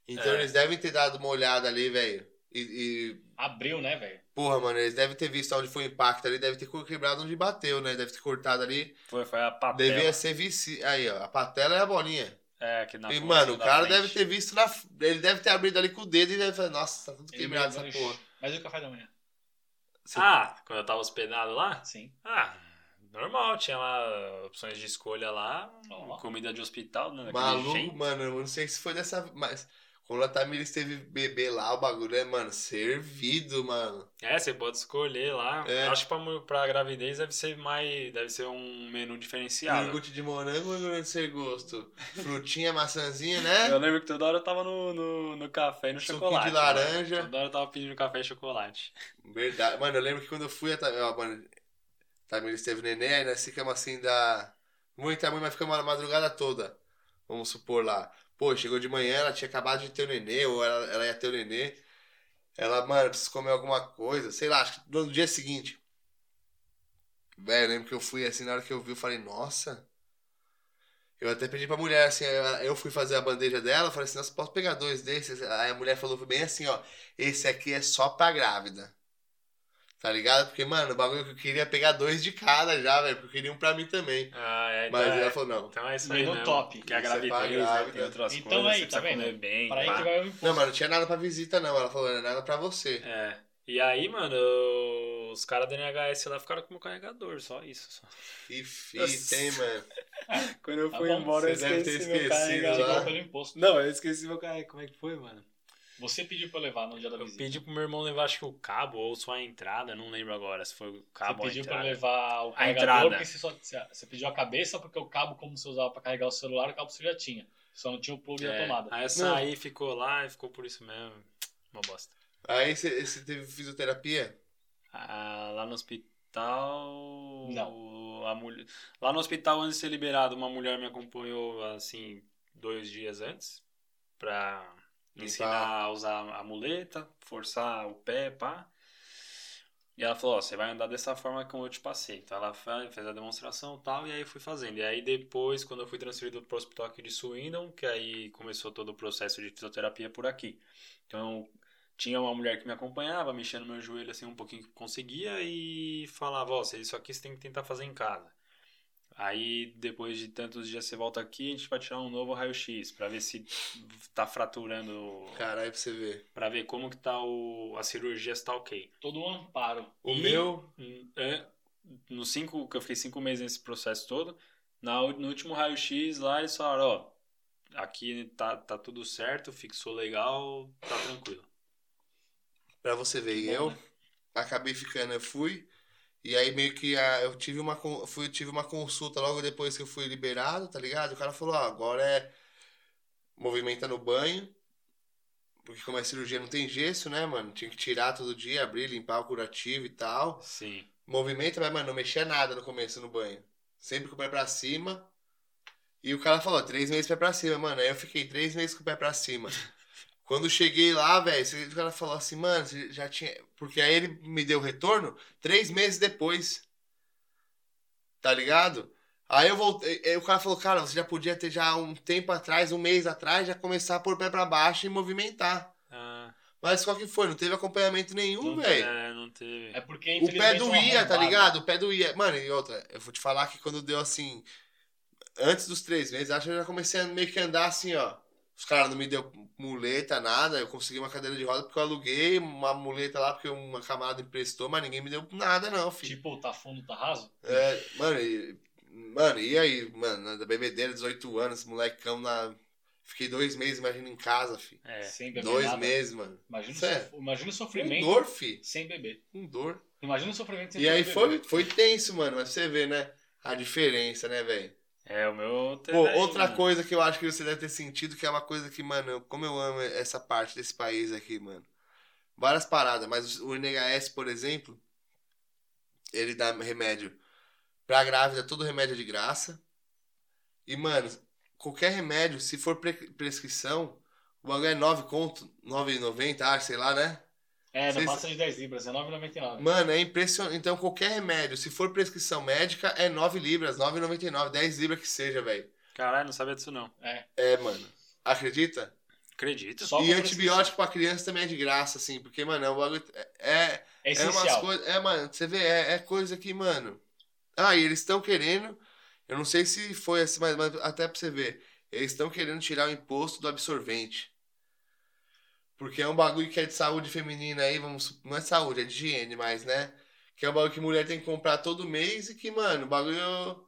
Então
É.
eles devem ter dado uma olhada ali, velho. E, e,
Abriu, né, velho?
porra, mano, eles devem ter visto onde foi o impacto ali, deve ter quebrado onde bateu, né? Deve ter cortado ali.
Foi, foi a papel.
Devia ser vici. Aí, ó, a patela é a bolinha.
É, que na
e,
ponta
mano, o
da
cara
frente.
deve ter visto na. f- Ele deve ter abrido ali com o dedo e deve falar, nossa, tá tudo
Ele
quebrado
meio
essa
que-
porra.
Mas e o café da manhã?
Ah, quando eu tava hospedado lá?
Sim.
Ah, normal, tinha lá opções de escolha lá,
Normal.
comida de hospital, né? daquele
Maluco,
jeito.
mano, eu não sei se foi dessa. Mas quando a Tamir esteve bebê lá, o bagulho é, mano, servido, mano.
É, você pode escolher lá.
É.
Acho que pra, mu- pra gravidez deve ser mais. Deve ser um menu diferenciado.
Iogurte de morango e de sem gosto. Frutinha, maçãzinha, né?
Eu lembro que toda hora eu tava no, no, no café e no
Suquinho
chocolate.
de laranja.
né? Toda hora eu tava pedindo café e chocolate.
Verdade. Mano, eu lembro que quando eu fui, a Ta- ó, mano, Tamir esteve neném, aí nós ficamos assim da. Muita mãe, mas ficamos a madrugada toda. Vamos supor lá. Pô, chegou de manhã, ela tinha acabado de ter o nenê, ou ela, ela ia ter o nenê. Ela, mano, precisa comer alguma coisa. Sei lá, acho que no dia seguinte. Velho, eu lembro que eu fui assim, na hora que eu vi, eu falei, nossa. Eu até pedi pra mulher, assim, ela- eu fui fazer a bandeja dela, eu falei assim, nossa, posso pegar dois desses? Aí a mulher falou bem assim, ó, esse aqui é só pra grávida. Tá ligado? Porque, mano, o bagulho que eu queria é pegar dois de cada já, velho, porque eu queria um pra mim também.
Ah, é, então,
Mas
é,
ela falou, não.
então é isso aí.
Menu
né?
top.
Que a
Isso é pra
gravidez, né?
grávida.
Tem outras
Então
coisas.
aí,
você
tá
precisa
vendo?
comer bem.
Pra aí
pá.
que vai o impulso.
Não, mas não tinha nada pra visita, não. Ela falou, era nada pra você.
É. E aí, mano, os caras da NHS lá ficaram com o meu carregador, só isso. Só.
Que fita, hein, mano.
[laughs] Quando eu
Tá
fui
bom,
embora, eu
você deve ter
esqueci meu
esquecido,
Você
né?
carregador.
pagou pelo imposto.
Não, eu esqueci meu carregador. Como é que foi, mano?
Você pediu pra eu levar no dia da
Eu
visita.
pedi pro meu irmão levar, acho que o cabo ou só a entrada, não lembro agora se foi o
Você
cabo ou a
pediu pra
entrada.
eu levar o
A
carregador,
entrada.
porque você, só, você- você pediu a cabeça, porque o cabo, como você usava pra carregar o celular, o cabo você já tinha. Só não tinha o plug da
É,
tomada.
Aí eu saí, ficou lá e ficou por isso mesmo. Uma bosta.
Aí você você teve fisioterapia?
Ah, lá no hospital.
Não.
A mulher... Lá no hospital, antes de ser liberado, uma mulher me acompanhou assim, dois dias antes, pra
Limpar.
ensinar a usar a muleta, forçar o pé, pá. E ela falou: Ó, você vai andar dessa forma como eu te passei. Então ela fa- fez a demonstração e tal, e aí fui fazendo. E aí depois, quando eu fui transferido pro hospital aqui de Swindon, que aí começou todo o processo de fisioterapia por aqui. Então tinha uma mulher que me acompanhava, mexendo meu joelho assim um pouquinho que conseguia e falava: Ó, você- isso aqui você tem que tentar fazer em casa. Aí depois de tantos dias você volta aqui, a gente vai tirar um novo raio-x pra ver se tá fraturando,
Caralho, pra você ver.
Pra ver como que tá o a cirurgia se tá OK.
Todo um amparo.
O
E-
meu.
Hum, é, nos cinco, que eu fiquei cinco meses nesse processo todo, na, u- no último raio-x lá eles falaram, ó, aqui tá, tá tudo certo, fixou legal, tá tranquilo.
Pra você ver,
Que bom,
eu
né?
acabei ficando, eu fui. E aí meio que ah, eu tive uma, con- fui, tive uma consulta logo depois que eu fui liberado, tá ligado? O cara falou, ó, agora é. Movimenta no banho. Porque como é cirurgia não tem gesso, né, mano? Tinha que tirar todo dia, abrir, limpar o curativo e tal.
Sim.
Movimenta, mas, mano, não mexia nada no começo no banho. Sempre com o pé pra cima. E o cara falou, três meses pé pra cima, mano. Aí eu fiquei três meses com o pé pra cima. Quando cheguei lá, velho, esse- o cara falou assim, mano, você já tinha. Porque aí ele me deu o retorno três meses depois. Tá ligado? Aí eu voltei. Aí o cara falou, cara, você já podia ter já um tempo atrás, um mês atrás, já começar a pôr o pé pra baixo e movimentar.
Ah,
Mas qual que foi? Não teve acompanhamento nenhum,
Não
velho.
é, não teve.
É porque,
O pé
infelizmente, é um
doía, tá
arrombado.
ligado? O pé doía. Mano, e outra, eu vou te falar que quando deu assim. Antes dos três meses, acho que eu já comecei a meio que andar assim, ó. Os caras não me deu muleta, nada. Eu consegui uma cadeira de roda porque eu aluguei uma muleta lá, porque uma camada emprestou, mas ninguém me deu nada, não, filho.
Tipo, tá fundo, tá raso?
É, mano, e, mano, e aí, mano, da bebedeira, 18 anos, molecão na. Fiquei dois meses, imagina, em casa, filho.
É.
Sem beber
Dois
nada.
meses, mano.
Imagina, o
Sério?
sof- imagina o
Com
sofrimento
dor, filho.
sem beber.
Com dor.
Imagina o sofrimento sem
E aí
beber.
foi, foi tenso, mano. Mas você vê, né? A diferença, né, velho?
É, o
Pô,
meu. também,
outra
mano.
coisa que eu acho que você deve ter sentido, que é uma coisa que, mano, eu- como eu amo essa parte desse país aqui, mano. Várias paradas, mas o NHS, por exemplo, ele dá remédio pra grávida, todo remédio é de graça. E, mano, qualquer remédio, se for pre- prescrição, o bagulho é 9 conto, 9,90, ah, sei lá, né?
É, não
Vocês-
passa de 10 libras, é 9,99.
Mano, é impressionante. Então, qualquer remédio, se for prescrição médica, é 9 libras, 9,99, 10 libras que seja, velho.
Caralho, não sabia disso não.
É, mano. Acredita?
Acredito.
Só
E
com
antibiótico pra criança também é de graça, assim, porque, mano, é um bagulho. É,
prescrição. É
é umas
essencial.
coisas. É, mano, você vê, é, é coisa que, mano. Ah, e eles estão querendo. Eu não sei se foi assim, mas, mas até pra você ver. Eles estão querendo tirar o imposto do absorvente. Porque é um bagulho que é de saúde feminina aí, vamos. su- Não é saúde, é de higiene, mas, né? Que é um bagulho que mulher tem que comprar todo mês e que, mano, o bagulho.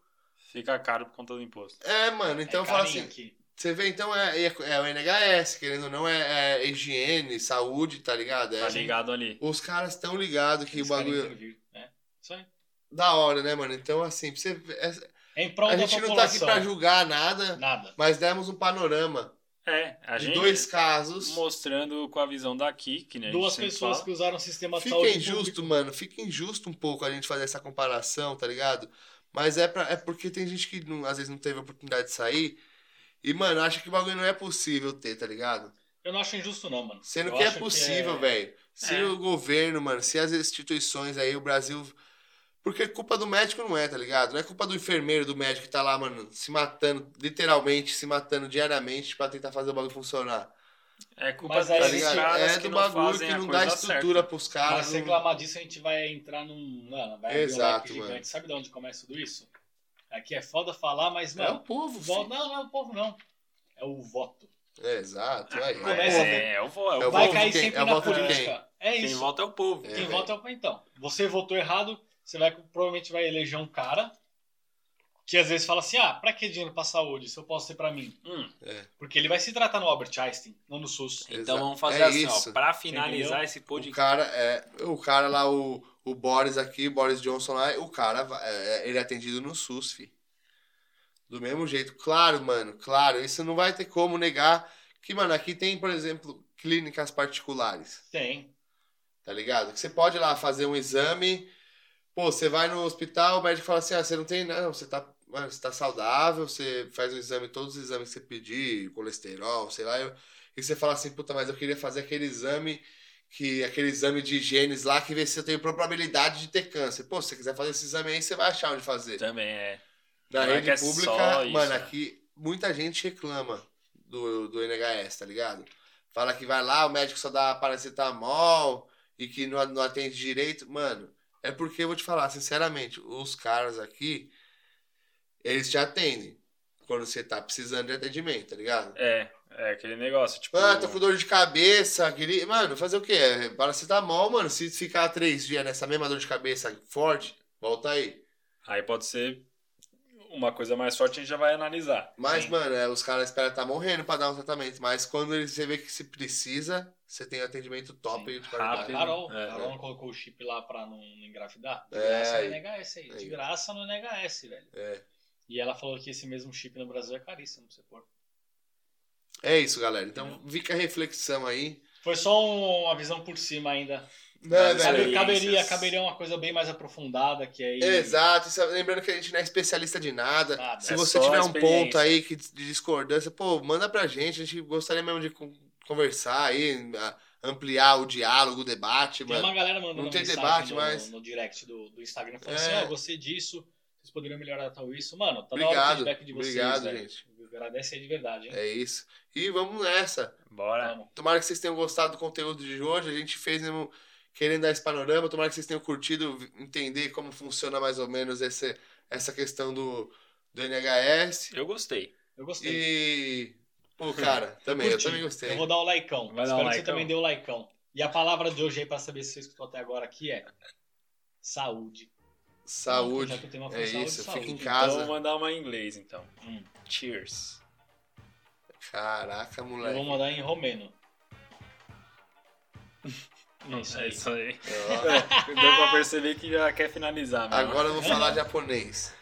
Fica caro por conta do imposto.
É, mano, então
é
fala
carinho
assim.
aqui.
Você vê, então é, é, é o NHS, querendo ou não, é, é higiene, saúde, tá ligado? É-
Tá ligado ali.
Os caras estão ligados que
Eles
o
querem
bagulho.
intervir, né? Isso aí.
Da hora, né, mano? Então, assim, pra você ver, é-
É em prol
a
da
gente não tá aqui
população.
pra julgar nada,
Nada.
mas demos um panorama
É, a
de
gente
dois casos.
mostrando com a visão daqui, que nem a gente
Duas
sempre
pessoas
fala.
que usaram o sistema de
Fica
saúde
injusto, mano. Fica injusto um pouco a gente fazer essa comparação, tá ligado? Mas é, pra, é porque tem gente que não- às vezes não teve a oportunidade de sair. E, mano, acha que o bagulho não é possível ter, tá ligado?
Eu não acho injusto, não, mano.
Sendo
Eu
que é
acho
possível, velho. Se
É.
o governo, mano, se as instituições aí, o Brasil. Porque culpa do médico não é, tá ligado? Não é culpa do enfermeiro, do médico que tá lá, mano, se matando, literalmente, se matando diariamente pra tentar fazer o bagulho funcionar.
É culpa
Mas aí
Tá
esses
desses
ligado?
caras
É
que
do
não
bagulho
fazem
que
a
não dá
coisa
estrutura
certa.
pros
Mas
caras.
se
não-
reclamar disso, a gente vai entrar num. Mano, vai abrir um
Exato,
leque
mano.
gigante. Sabe de onde começa tudo isso? Aqui é foda falar, mas,
É o
mano.
povo,
vo-
filho.
Não, não é o povo, não. É o voto.
É, exato. Aí, ó.
Começa a
É, eu vou,
É
eu
o
vou.
Vai
voto de
cair
quem?
sempre
É o
na
voto de quem?
política. É
Quem
isso.
volta é o povo.
É.
Quem
velho.
vota é o então. Você votou errado, você vai provavelmente vai eleger um cara que às vezes fala assim: "Ah, pra que dinheiro pra saúde? Se eu posso ter pra mim?"
Hum,
Porque ele vai se tratar no Albert Einstein, não no SUS.
então
Exato.
vamos fazer
É
assim, ó.
isso.
Pra finalizar
Entendeu?
esse
O
podcast.
cara, é, o cara lá, o, o Boris aqui, Boris Johnson lá, o cara, va- é, é, ele é atendido no SUS, fi. Do mesmo jeito. Claro, mano, claro. Isso não vai ter como negar que, mano, aqui tem, por exemplo, clínicas particulares,
Tem.
tá ligado? Que você pode ir lá fazer um exame, pô, você vai no hospital, o médico fala assim, ah, você não tem, não, você tá, mano, você tá saudável, você faz um exame, todos os exames que você pedir, colesterol, sei lá, eu, e você fala assim, puta, mas eu queria fazer aquele exame que aquele exame de genes lá que vê se eu tenho probabilidade de ter câncer. Pô, se você quiser fazer esse exame aí, você vai achar onde fazer.
Também é.
Na
Não é
rede
que é
pública,
só isso,
mano,
né?
aqui muita gente reclama do, do NHS, tá ligado? Fala que vai lá, o médico só dá paracetamol e que não, não atende direito. Mano, é porque eu vou te falar, sinceramente, os caras aqui, eles te atendem quando você tá precisando de atendimento, tá ligado?
É, é aquele negócio, tipo.
Ah, tô com dor de cabeça, queria... Mano, fazer o quê? É Paracetamol, mano, se ficar três dias nessa mesma dor de cabeça forte, volta aí.
Aí pode ser uma coisa mais forte, a gente já vai analisar.
Mas,
Sim.
mano, é, os caras esperam estar morrendo pra dar um tratamento. Mas quando eles- você vê que se precisa, você tem um atendimento top
Sim,
de qualidade.
rápido.
Carol,
É,
Carol não colocou o chip lá pra não, não engravidar. De
É,
graça
aí.
no NHS aí. De
Aí.
graça no NHS, velho.
É.
E ela falou que esse mesmo chip no Brasil é caríssimo pra você pôr.
É isso, galera. Então fica a reflexão aí.
Foi só um- uma visão por cima ainda.
Não, É,
Mas
velho.
Sabe,
Experiências.
caberia, caberia uma coisa bem mais aprofundada que aí.
Exato, isso- lembrando que a gente não é especialista de nada.
Nada.
Se
É
você
só
tiver um
experiência.
ponto aí que, de discordância, pô, manda pra gente. A gente gostaria mesmo de con- conversar aí, a- ampliar o diálogo, o debate,
Tem
mano.
uma galera mandando
Não tem
mensagem
debate,
no,
mas-
no direct do, do Instagram falando
É.
assim, ó, gostei disso, vocês poderiam melhorar tal isso. Mano, tá na hora o
Obrigado,
feedback de vocês,
obrigado,
velho.
gente.
Agradece aí de verdade, hein?
É isso. E vamos nessa.
Bora.
Vamos.
Tomara que vocês tenham gostado do conteúdo de hoje. A gente fez um, querendo dar esse panorama. Tomara que vocês tenham curtido vi- entender como funciona mais ou menos esse, essa questão do, do NHS.
Eu gostei.
Eu gostei.
E. Pô,
[laughs]
cara, também, eu
Curti.
também gostei.
Eu vou dar o laicão.
Vai
Espero
dar o
que você
likeão.
também dê o laicão. E a palavra de hoje aí pra saber se você escutou até agora aqui é saúde.
Saúde.
Já que o tema foi
É
saúde,
isso,
saúde.
fica em
Então vou
casa.
mandar uma em inglês, então.
Hum.
Cheers.
Caraca,
Eu vou
moleque.
mandar em romeno. [laughs] É isso aí.
É isso aí.
Ó,
[laughs] Deu
É
pra perceber que já quer finalizar, meu.
Agora eu vou falar japonês.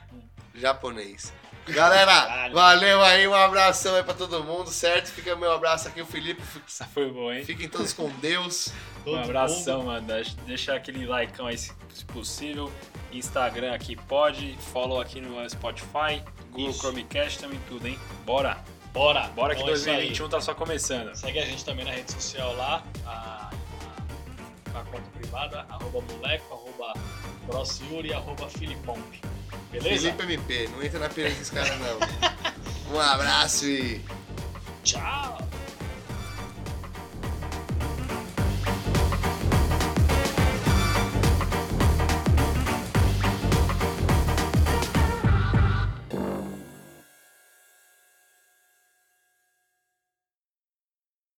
Japonês. Galera,
[laughs] Caralho.
valeu aí, um abração aí pra todo mundo, certo? Fica meu abraço aqui, o Felipe.
Essa foi boa, hein?
Fiquem todos com Deus.
Todo
um abração, mano. Deixa aquele likeão aí se se possível. Instagram aqui pode. Follow aqui no Spotify. Google
Isso.
Chromecast também tudo, hein? Bora!
mundo. Bora.
Bora que
Então é isso aí.
2021 tá só começando.
Segue a gente também na rede social lá, a, a, a conta privada, arroba moleco, arroba grossiuri, arroba filipomp. Beleza?
Felipe MP, não entra na pira desses caras, não. Um abraço e.
Tchau!